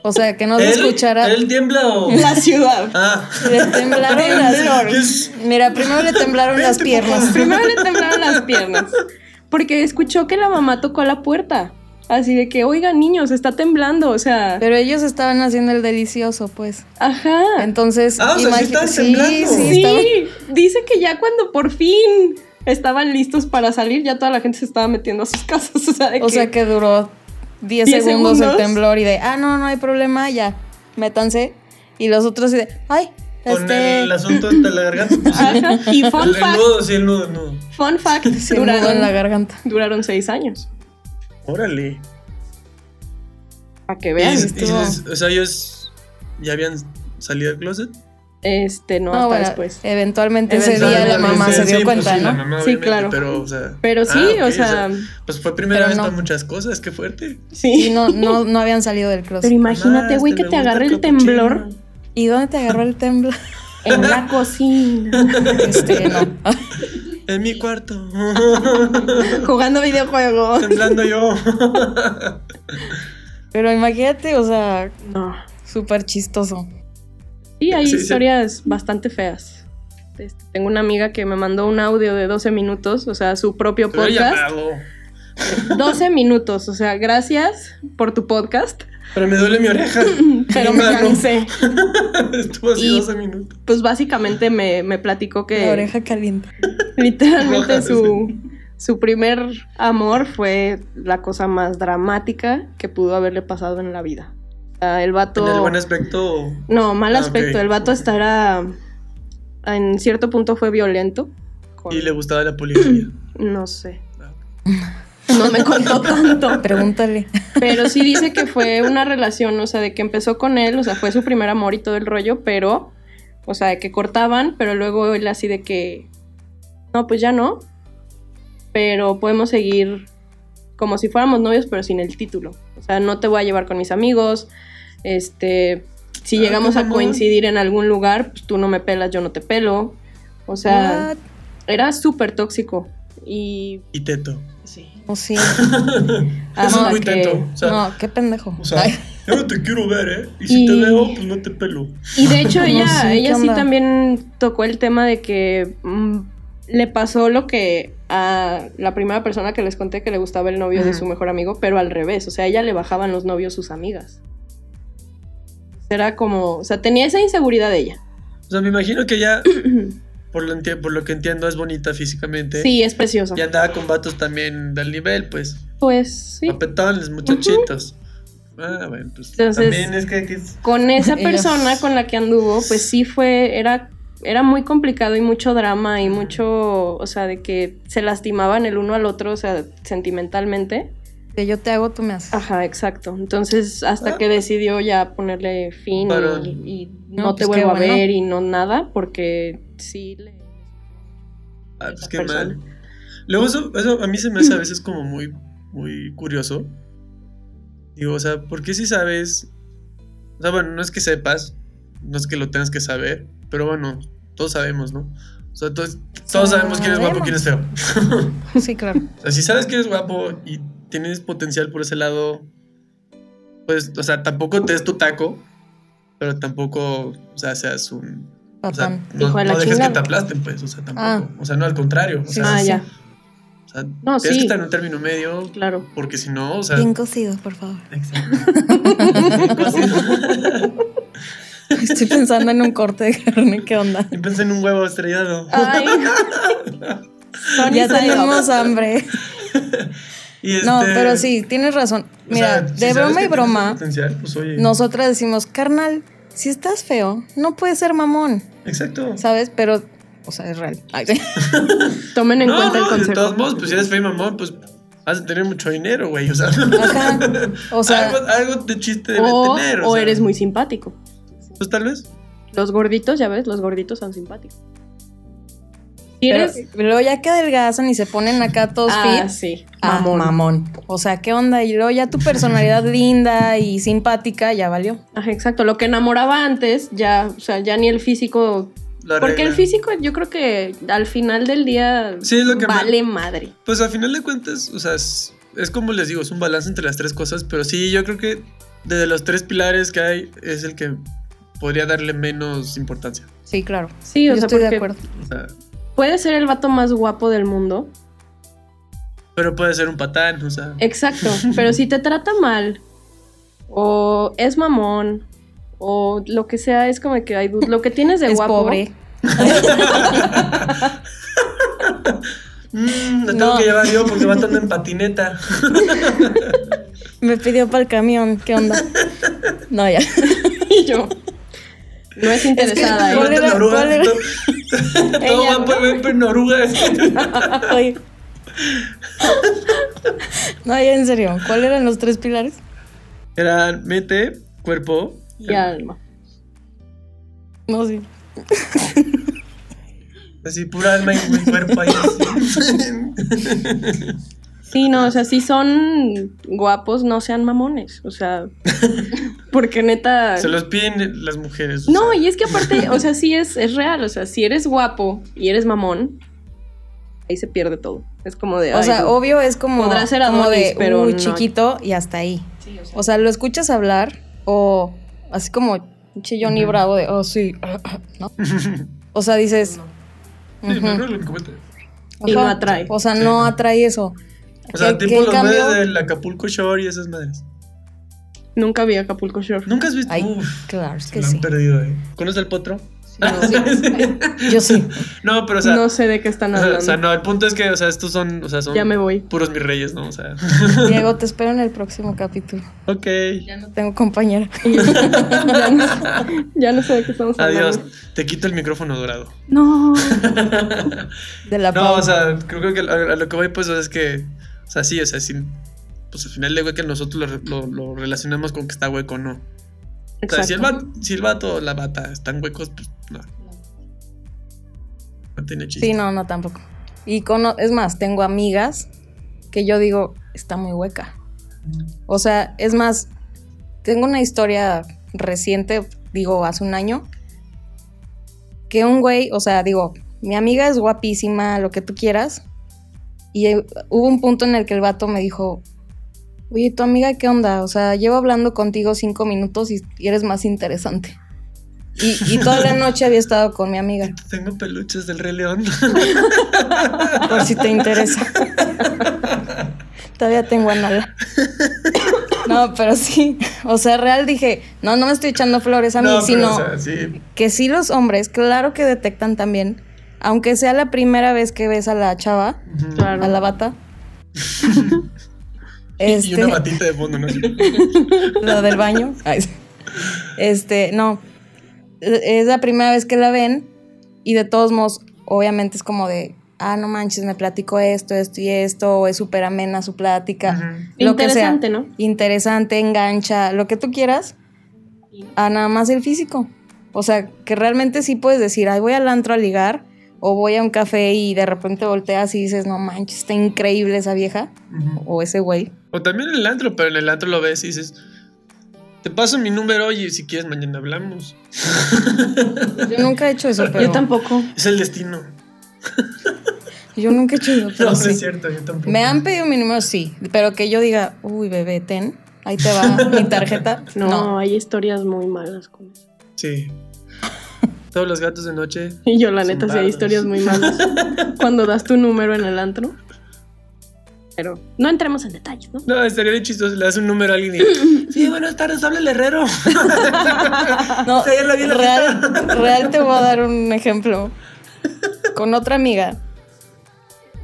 S2: O sea, que no se escuchara.
S4: ¿Él tiembla o.?
S3: la ciudad.
S4: Ah.
S2: Le temblaron las.
S4: Es- este
S2: Mira, primero le temblaron las
S4: Vente,
S2: piernas.
S3: Primero le temblaron las piernas, porque escuchó que la mamá tocó la puerta. Así de que, oigan, niños, está temblando, o sea,
S2: Pero ellos estaban haciendo el delicioso, pues.
S3: ajá.
S2: Entonces,
S4: Ah, o sea, sí
S2: imagi-
S4: estaban
S2: sí,
S4: temblando.
S2: sí,
S3: Sí,
S2: estaban-
S3: dice que ya cuando por fin estaban listos para salir, ya toda la gente se estaba metiendo a sus casas. O sea, de
S2: O
S3: que-
S2: sea que duró 10
S3: 10
S2: segundos,
S3: segundos.
S2: el temblor y de, ah, no, no hay problema, ya, métanse. Y los otros y de, ay,
S4: Con
S2: este,
S4: el asunto hasta la garganta. pues, sí.
S3: Ajá. Y Ah, fun
S4: El, el
S3: fact,
S4: nudo, sí, el nudo, no.
S3: fun fact,
S2: se mudó en la
S3: duraron,
S2: garganta.
S3: duraron seis años.
S4: Órale.
S3: Para que
S4: Y,
S3: vean.
S4: dices- y
S2: estuvo-
S4: dices, o sea, ellos ya habían salido del closet.
S3: Este, no,
S2: No,
S3: hasta
S2: bueno,
S3: después.
S2: eventualmente ese
S3: Eventualmente,
S2: día la mamá se dio
S4: Sí, pues,
S2: cuenta,
S4: sí, la
S2: ¿no?
S4: mamá,
S3: Sí,
S4: obviamente,
S3: claro.
S4: Pero, o sea,
S3: Pero sí,
S4: ah, ok,
S3: o sea,
S4: pues fue primera
S2: pero
S4: vez
S2: no.
S4: para muchas cosas, qué fuerte.
S2: Y
S3: sí.
S2: no, no, no habían salido del
S3: Pero
S2: closet.
S3: imagínate,
S4: Más,
S3: güey, que te
S4: Ah, este gusta
S3: agarre el
S4: capuchino.
S3: temblor
S2: ¿Y dónde te agarró el temblor?
S3: en la cocina,
S2: Este, no.
S4: En mi cuarto.
S3: jugando videojuegos.
S4: Temblando yo.
S2: Pero imagínate, o sea,
S3: No.
S2: súper chistoso.
S3: Sí, hay
S4: Sí, sí.
S3: historias bastante feas. Este, tengo una amiga que me mandó un audio de 12 minutos, o sea, su propio
S4: Te hubiera
S3: podcast.
S4: llamado.
S3: 12 minutos, o sea, gracias por tu podcast,
S4: Pero me duele mi oreja.
S3: pero me
S4: Claro.
S3: cansé.
S4: Estuvo así
S3: Y-
S4: 12 minutos.
S3: Pues básicamente me, me platicó
S2: La
S3: que
S2: oreja caliente.
S3: literalmente
S4: Roja,
S3: su, su primer amor fue la cosa más dramática que pudo haberle pasado en la vida. O sea, el vato...
S4: En el buen aspecto.
S3: No, mal
S4: Ah,
S3: aspecto.
S4: ok.
S3: El vato estará... En cierto punto fue violento. con-
S4: Y le gustaba la poligamia.
S3: No sé.
S4: Ah.
S3: No me contó tanto.
S2: Pregúntale.
S3: Pero sí dice que fue una relación, o sea, de que empezó con él, o sea, fue su primer amor y todo el rollo, pero, o sea, de que cortaban, pero luego él así de que, no, pues ya no, pero podemos seguir como si fuéramos novios, pero sin el título. O sea, no te voy a llevar con mis amigos, este, si
S4: Ah,
S3: llegamos
S4: qué
S3: a
S4: mamón.
S3: coincidir en algún lugar, pues tú no me pelas, yo no te pelo. O sea,
S2: What?
S3: era súper tóxico. Y
S4: Y teto.
S3: sí.
S2: Oh, sí.
S4: Eso
S3: Hasta
S4: es muy
S3: que-
S4: teto. O sea,
S2: no, qué pendejo.
S4: o sea,
S2: Ay.
S4: yo no te quiero ver, ¿eh? Y si te
S3: Y-
S4: veo, pues no te pelo.
S3: Y de hecho ella,
S2: sí, ¿qué
S3: ella sí
S2: onda?
S3: también tocó el tema de que mm, le pasó lo que a la primera persona que les conté que le gustaba el novio de
S2: Ajá.
S3: su mejor amigo, pero al revés, o sea, a ella le bajaban los novios sus amigas. Era como, o sea, tenía esa inseguridad de ella.
S4: O sea, me imagino que ella, por lo, enti- por lo que entiendo, es bonita físicamente.
S3: Sí, es preciosa.
S4: Y andaba con vatos también del nivel, pues.
S3: Pues sí.
S4: Apetaban los muchachitos. Ah, bueno, pues
S3: Entonces-
S4: también es que, que es-
S3: Con esa
S2: Ellos-
S3: persona con la que anduvo, pues sí fue, era, era muy complicado y mucho drama y mucho, o sea, de que se lastimaban el uno al otro, o sea, sentimentalmente.
S2: Que yo te hago, tú me haces.
S3: Ajá, exacto. Entonces, hasta
S4: Ah.
S3: que decidió ya ponerle fin y-
S4: Pero-
S3: y, no,
S2: No,
S3: te
S2: pues qué
S3: vuelvo a
S2: bueno.
S3: ver y no nada, porque sí le...
S4: ah, pues
S3: esa
S4: qué
S3: persona.
S4: mal. Luego eso, eso a mí se me hace a veces como muy, muy curioso. Digo, o sea, ¿por qué si sabes? O sea, bueno, no es que sepas, no es que lo tengas que saber, pero bueno, todos sabemos, ¿no? O sea, todos, todos sabemos quién es guapo, quién es feo.
S2: Sí, claro.
S4: O sea, si sabes que eres guapo y tienes potencial por ese lado, pues, o sea, tampoco te des tu taco, pero tampoco, o sea, seas un. O sea,
S2: Patán.
S4: no,
S3: Hijo de
S4: no
S3: la
S4: dejes
S3: chingada.
S4: que te aplasten, pues, o sea, tampoco.
S2: Ah.
S4: O sea, no, al contrario. O
S2: Sí,
S4: sea,
S3: Ah,
S2: sí.
S3: ya,
S4: o sea,
S3: No,
S4: tienes
S3: sí.
S4: que estar en un término medio,
S3: claro.
S4: porque si no, o sea.
S2: Bien cocido, por favor.
S4: Exacto.
S2: Estoy pensando en un corte de carne, ¿qué onda?
S4: Y pensé en un huevo estrellado.
S3: Ay. Son
S2: Ya
S3: inside out.
S2: tenemos hambre.
S3: Este,
S4: Y
S2: No,
S4: este,
S2: pero sí, tienes razón.
S4: o sea,
S2: Mira,
S4: si
S2: de
S4: sabes
S2: broma y
S4: que tienes
S2: broma,
S4: Potencial, pues oye.
S2: nosotras decimos, carnal, si estás feo, no puedes ser mamón,
S4: Exacto.
S2: ¿sabes? Pero, o sea, es real. Ay, sí.
S3: Tomen en
S4: no,
S3: cuenta el
S4: no, de todos
S3: consejo.
S4: modos, pues si eres feo y mamón, pues vas a tener mucho dinero, güey. O sea,
S2: Ajá. O
S3: Ah,
S2: sea,
S3: pues,
S4: algo, algo de chiste debe
S3: O,
S4: tener.
S3: o
S4: sea,
S3: eres muy simpático.
S4: Pues tal vez.
S3: Los gorditos, ya ves, los gorditos son simpáticos. Si
S2: pero,
S3: eres-
S2: luego ya que adelgazan y se ponen acá todos
S3: Ah,
S2: fit,
S3: sí.
S2: ah,
S3: Mamón.
S2: mamón. O sea, ¿qué onda? Y luego ya tu personalidad linda y simpática ya valió.
S3: Ajá, exacto. Lo que enamoraba antes, ya, o sea, ya ni el físico
S4: lo
S3: Porque el
S4: arreglan.
S3: físico, yo creo que al final del día
S4: Sí, es lo que
S3: vale madre.
S4: Pues al final de cuentas, o sea, es, es como les digo, es un balance entre las tres cosas, pero sí, yo creo que desde los tres pilares que hay es el que podría darle menos importancia.
S2: Sí, claro.
S3: Sí, o
S2: Yo
S3: sea,
S2: estoy de
S3: porque
S2: acuerdo.
S4: O sea,
S3: puede ser el vato más guapo del mundo.
S4: pero puede ser un patán, o
S2: Eh,
S4: sea.
S3: Exacto, pero si te trata mal o es mamón o lo que sea, es como que hay lo que tienes de
S2: es
S3: guapo.
S2: pobre.
S4: Mmm, lo tengo
S2: No.
S4: que llevar yo porque va andando en patineta.
S2: Me pidió para el camión, ¿qué onda? No, ya.
S3: Y yo. No es interesada, ¿eh?
S2: ¿cuál
S4: Va en
S2: era-
S4: oruga,
S2: cuál era?
S4: todo- Todo
S3: Ella,
S4: va
S3: ¿no?
S4: por va en oruga.
S2: Oye. No, ya en serio, ¿cuáles eran los tres pilares?
S4: Eran mente, cuerpo
S3: ¿eh? Y alma.
S2: No, sí.
S4: Así, pura alma y buen cuerpo ahí.
S3: Sí, no, o sea, si son guapos, no sean mamones. O sea, porque neta.
S4: Se los piden las mujeres. o
S3: No,
S4: sea.
S3: y es que aparte, o sea, sí es, es real. O sea, si eres guapo y eres mamón, ahí se pierde todo. Es como de.
S2: O
S3: ay,
S2: sea,
S3: dude.
S2: obvio es como,
S3: Podrá ser
S2: como
S3: Adonis,
S2: de
S3: pero
S2: "Uy,
S3: no".
S2: chiquito y hasta ahí.
S3: Sí, o sea,
S2: O sea, lo escuchas hablar o así como pinche Johnny
S4: Ujú.
S2: Bravo de, oh, sí, ¿no? O sea, dices...
S4: Sí, me
S2: ujú,
S4: acuerdo lo que comentaste.
S3: Y no
S2: ajá.
S3: atrae.
S2: O sea,
S4: Sí.
S2: no atrae eso.
S4: O sea,
S2: Que-
S4: tipo
S2: que
S4: los
S2: cambio-
S4: güeyes del Acapulco Shore y esas madres.
S3: Nunca vi Acapulco Shore.
S4: ¿Nunca has visto?
S2: Ay,
S4: Uf,
S2: claro, es
S4: se
S2: que
S4: lo
S2: sí.
S4: han perdido, eh. ¿Conoces al potro?
S3: No, sé-
S2: Yo sí.
S4: No, pero o sea,
S3: no sé de qué están
S4: o sea,
S3: hablando.
S4: o sea, no, el punto es que, o sea, estos son, o sea, son
S3: Ya me voy.
S4: puros mis reyes, ¿no? O sea,
S2: Diego, te espero en el próximo capítulo.
S4: ok.
S2: No tengo compañera.
S3: ya, no, sé- ya no sé de qué estamos hablando.
S4: Adiós. Te quito el micrófono dorado.
S3: No.
S2: De la
S4: No,
S2: Pau.
S4: o sea, creo que a, a lo que voy, pues, o sea, es que, o sea, sí, o sea, sin, pues al final de güey que nosotros lo, lo- lo relacionamos con que está hueco, no. O sea, si el,
S3: Exacto.
S4: vato, si el vato o la bata están huecos, pues, no. No tiene chiste.
S2: Sí, no, no tampoco. Y cono- es más, tengo amigas que yo digo, está muy hueca. O sea, es más, tengo una historia reciente digo, hace un año, que un güey, o sea, digo, mi amiga es guapísima, lo que tú quieras, y eh, hubo un punto en el que el vato me dijo, oye, tu amiga, ¿qué onda? O sea, llevo hablando contigo cinco minutos y, y eres más interesante. Y, y toda la noche había estado con mi amiga,
S4: Tengo peluches del Rey León.
S2: Pues por si te interesa. Todavía tengo a Nala. No, pero sí, o sea, real dije, no, no me estoy echando flores a mí,
S4: No, pero,
S2: sino...
S4: o sea, sí.
S2: que sí los hombres, claro que detectan también, aunque sea la primera vez que ves a la chava,
S4: Ujú.
S3: Claro.
S2: a la bata.
S4: Y
S2: este,
S4: una batita de fondo, ¿no?
S2: lo del baño. Ay, sí. Este, no. Es la primera vez que la ven y de todos modos, obviamente es como de, ah, no manches, me platico esto, esto y esto, o es súper amena su plática.
S4: Ujú.
S2: Lo que sea.
S3: Interesante, ¿no?
S2: Interesante, engancha, lo que tú quieras, a nada más el físico. O sea, que realmente sí puedes decir, ay, voy al antro a ligar, o voy a un café y de repente volteas y dices, no manches, está increíble esa vieja,
S4: Ujú.
S2: o ese güey.
S4: O también en el antro, pero en el antro lo ves y dices, te paso mi número y si quieres mañana hablamos.
S2: Yo nunca he hecho eso, pero.
S3: Yo tampoco.
S4: Es el destino.
S2: Yo nunca he hecho eso, pero
S4: No, no
S2: sí.
S4: es cierto, yo tampoco.
S2: Me han pedido mi número, sí, pero que yo diga, uy, bebé, ten, ahí te va mi tarjeta.
S3: No,
S2: No.
S3: hay historias muy malas con eso.
S4: Sí. Todos los gatos de noche.
S3: Y yo, la
S4: Son
S3: neta, sí hay
S4: raros.
S3: historias muy malas. cuando das tu número en el antro. Pero no entremos en detalles, ¿no?
S4: No, estaría bien chistoso. Le das un número a alguien y. Sí, buenas tardes, habla el herrero.
S2: No,
S4: Sí, ya lo vi en la
S2: real, real te voy a dar un ejemplo. Con otra amiga,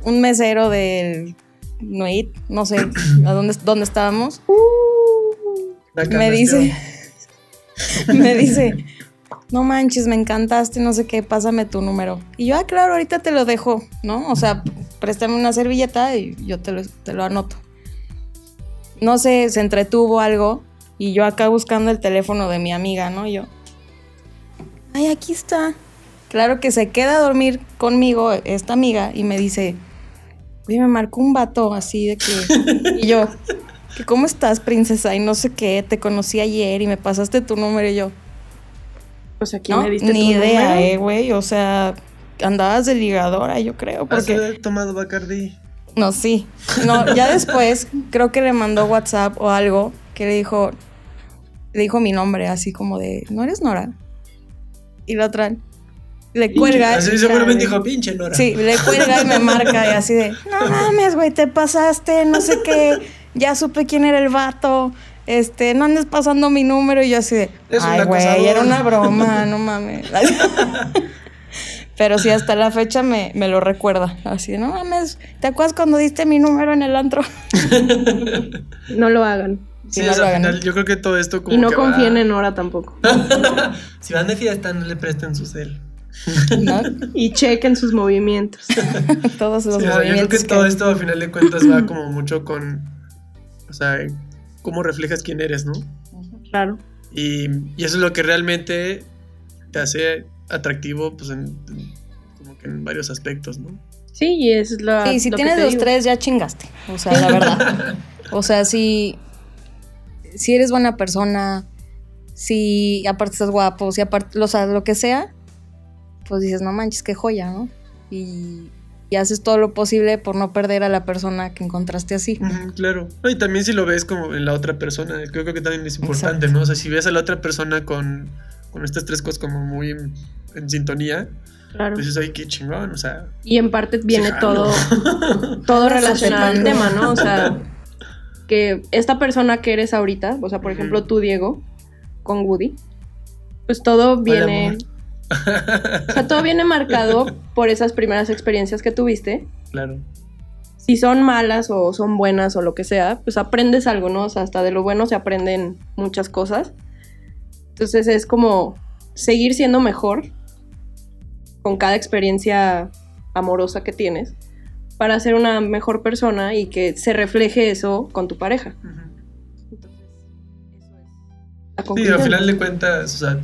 S2: un mesero del Nuit, no sé a dónde, dónde estábamos,
S4: La
S2: me
S4: canasteo.
S2: dice, me dice, no manches, me encantaste, no sé qué, pásame tu número. Y yo, ah, claro, ahorita te lo dejo, ¿no? O sea, préstame una servilleta y yo te lo, te lo anoto. No sé, se entretuvo algo y yo acá buscando el teléfono de mi amiga, ¿no? Y yo, ay, aquí está. Claro que se queda a dormir conmigo esta amiga y me dice, oye, me marcó un vato así de que... y yo, que ¿cómo estás, princesa? Y no sé qué, te conocí ayer y me pasaste tu número y yo.
S3: Pues aquí
S2: No,
S3: me diste
S2: ni
S3: tu
S2: idea,
S3: número.
S2: eh, güey. O sea, andabas de ligadora, yo creo,
S4: Has de
S2: porque...
S4: haber tomado Bacardi.
S2: No, Ah, sí. No, ya después creo que le mandó WhatsApp o algo que le dijo, le dijo mi nombre, así como de, ¿no eres Nora? Y la otra le cuelga.
S4: Así
S2: y
S4: seguramente
S2: ya,
S4: dijo, pinche Nora.
S2: Sí, le cuelga y me marca y así de, no mames, güey, te pasaste, no sé qué, ya supe quién era el vato, este, no andes pasando mi número y yo así de,
S4: Es un
S2: ay, güey,
S4: acosador".
S2: era una broma, no mames. Pero sí, hasta la fecha me, me lo recuerda, así de, no mames, ¿te acuerdas cuando diste mi número en el antro? eh.
S3: No lo hagan.
S4: Sí,
S2: Y no
S4: o sea,
S2: lo
S4: al
S2: hagan.
S4: final yo creo que todo esto como.
S3: Y no
S4: que
S3: confíen
S4: va-
S3: en Nora tampoco.
S4: Si van de fiesta, no le presten su cel.
S2: ¿No?
S3: Y chequen sus movimientos.
S2: Todos los
S4: Sí, o sea, yo creo que
S2: movimientos
S4: todo
S2: que-
S4: esto a final de cuentas va como mucho con, o sea, cómo reflejas quién eres, ¿no?
S3: Claro.
S4: Y, y eso es lo que realmente te hace atractivo, pues, en, en- como que en varios aspectos, ¿no?
S3: Sí, y es la.
S2: Sí, si
S3: lo que
S2: tienes
S3: te
S2: los
S3: digo.
S2: tres ya chingaste. O sea, la verdad. O sea, si, si eres buena persona, si aparte estás guapo, si aparte, o sea, lo que sea, pues dices, no manches, qué joya, ¿no? Y, y haces todo lo posible por no perder a la persona que encontraste así.
S4: Ujú, claro. No, y también si lo ves como en la otra persona, creo, creo que también es importante,
S2: Exacto.
S4: ¿no? O sea, si ves a la otra persona con, con estas tres cosas como muy en, en sintonía,
S3: Claro.
S4: pues dices, ay, qué chingón, o sea.
S3: Y en parte viene
S4: jalo.
S3: todo, todo
S2: Andas
S3: relacionado al
S2: apretando.
S3: tema, ¿no? O sea, que esta persona que eres ahorita, o sea, por ejemplo,
S4: Ujú.
S3: tú, Diego, con Woody, pues todo viene.
S4: amor.
S3: o sea, todo viene marcado por esas primeras experiencias que tuviste.
S4: claro.
S3: Si son malas o son buenas o lo que sea, pues aprendes algo, ¿no? O sea, hasta de lo bueno se aprenden muchas cosas. Entonces es como seguir siendo mejor con cada experiencia amorosa que tienes para ser una mejor persona y que se refleje eso con tu pareja.
S4: Ujú.
S3: Entonces, eso es la
S4: Sí, al
S3: conclusión.
S4: final de cuentas, o sea,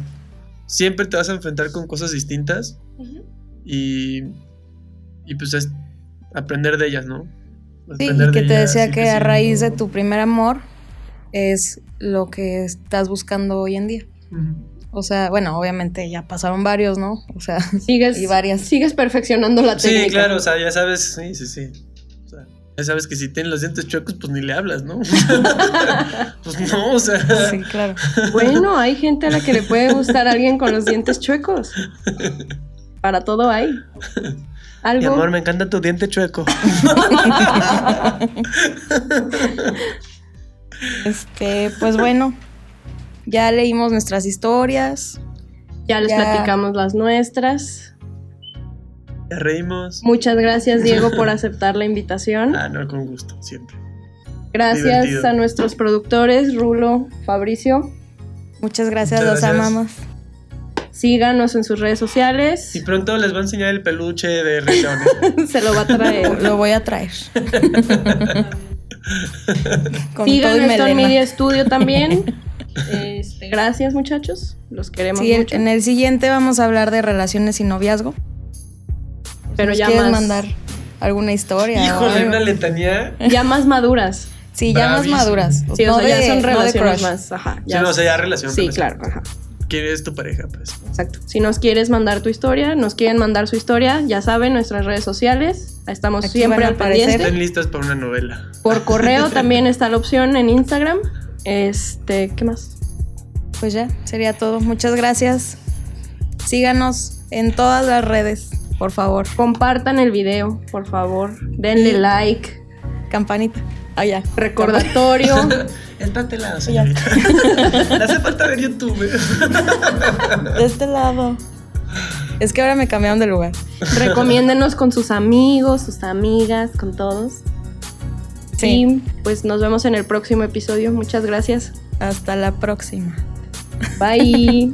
S4: siempre te vas a enfrentar con cosas distintas y, y pues es aprender de ellas, ¿no?
S2: Sí,
S4: Aprender
S2: y que
S4: de
S2: te
S4: ellas,
S2: decía
S4: ir
S2: que a raíz de
S4: creciendo.
S2: tu primer amor es lo que estás buscando hoy en día.
S4: Ujú.
S2: O sea, bueno, obviamente ya pasaron varios, ¿no? O sea,
S3: Sigues,
S2: Y varias.
S3: sigues perfeccionando la técnica.
S4: Sí, claro, o sea, ya sabes, sí, sí, sí. O sea, ya sabes que si tienen los dientes chuecos, pues ni le hablas, ¿no? pues no, o sea.
S2: sí, claro.
S3: Bueno, hay gente a la que le puede gustar alguien con los dientes chuecos. Para todo hay.
S4: Mi
S3: Algo.
S4: amor, me encanta tu diente chueco.
S2: Este, pues bueno, ya leímos nuestras historias.
S3: ya les
S2: ya.
S3: platicamos las nuestras.
S4: Ya reímos.
S3: Muchas gracias, Diego, por aceptar la invitación.
S4: Ah, no, con gusto, siempre.
S3: Gracias
S4: divertido.
S3: a nuestros productores, Rulo, Fabricio.
S2: Muchas gracias,
S4: Muchas
S2: los
S4: gracias.
S2: amamos.
S3: Síganos en sus redes sociales.
S4: Y pronto les voy a enseñar el peluche de ¿eh? Ritones.
S3: Se lo va a traer.
S2: Lo voy a traer. Con todo y
S3: Síganos en
S2: melena.
S3: Media Studio también. Este, gracias, muchachos. Los queremos
S2: Sí, el-
S3: mucho.
S2: en el siguiente vamos a hablar de relaciones y noviazgo.
S3: pero
S2: ¿Nos
S3: ya
S2: quieres
S3: más,
S2: mandar alguna historia? o
S4: Híjole,
S2: algo?
S4: una letanía.
S3: ya más maduras.
S2: Sí, ya más
S4: Bravísimo.
S2: maduras.
S3: Sí, o
S2: pues, No
S3: sea, ya
S2: de-
S3: son
S2: no de
S3: relaciones
S2: crush.
S3: más. Ajá,
S4: Sí, no, o sea, ya relación.
S3: sí,
S4: relación.
S3: claro. Ajá,
S4: ¿Quién es tu pareja? Pues
S3: exacto. Si nos quieres mandar tu historia, nos quieren mandar su historia, ya saben, nuestras redes sociales. Estamos
S2: Aquí
S3: siempre
S2: van a
S3: al
S2: aparecer.
S3: pendiente.
S4: estén listas para una novela.
S3: Por correo también está la opción en Instagram. Este, ¿qué más?
S2: Pues ya, sería todo. Muchas gracias. Síganos en todas las redes, por favor.
S3: Compartan el video, por favor. Denle like.
S2: Campanita. Ah, ya.
S3: Recordatorio.
S4: Espátela, señorita. Le hace falta ver YouTube. ¿eh?
S2: De este lado. Es que ahora me cambiaron de lugar.
S3: Recomiéndenos con sus amigos, sus amigas, con todos.
S2: Sí.
S3: Y pues nos vemos en el próximo episodio. Muchas gracias.
S2: Hasta la próxima.
S3: Bye.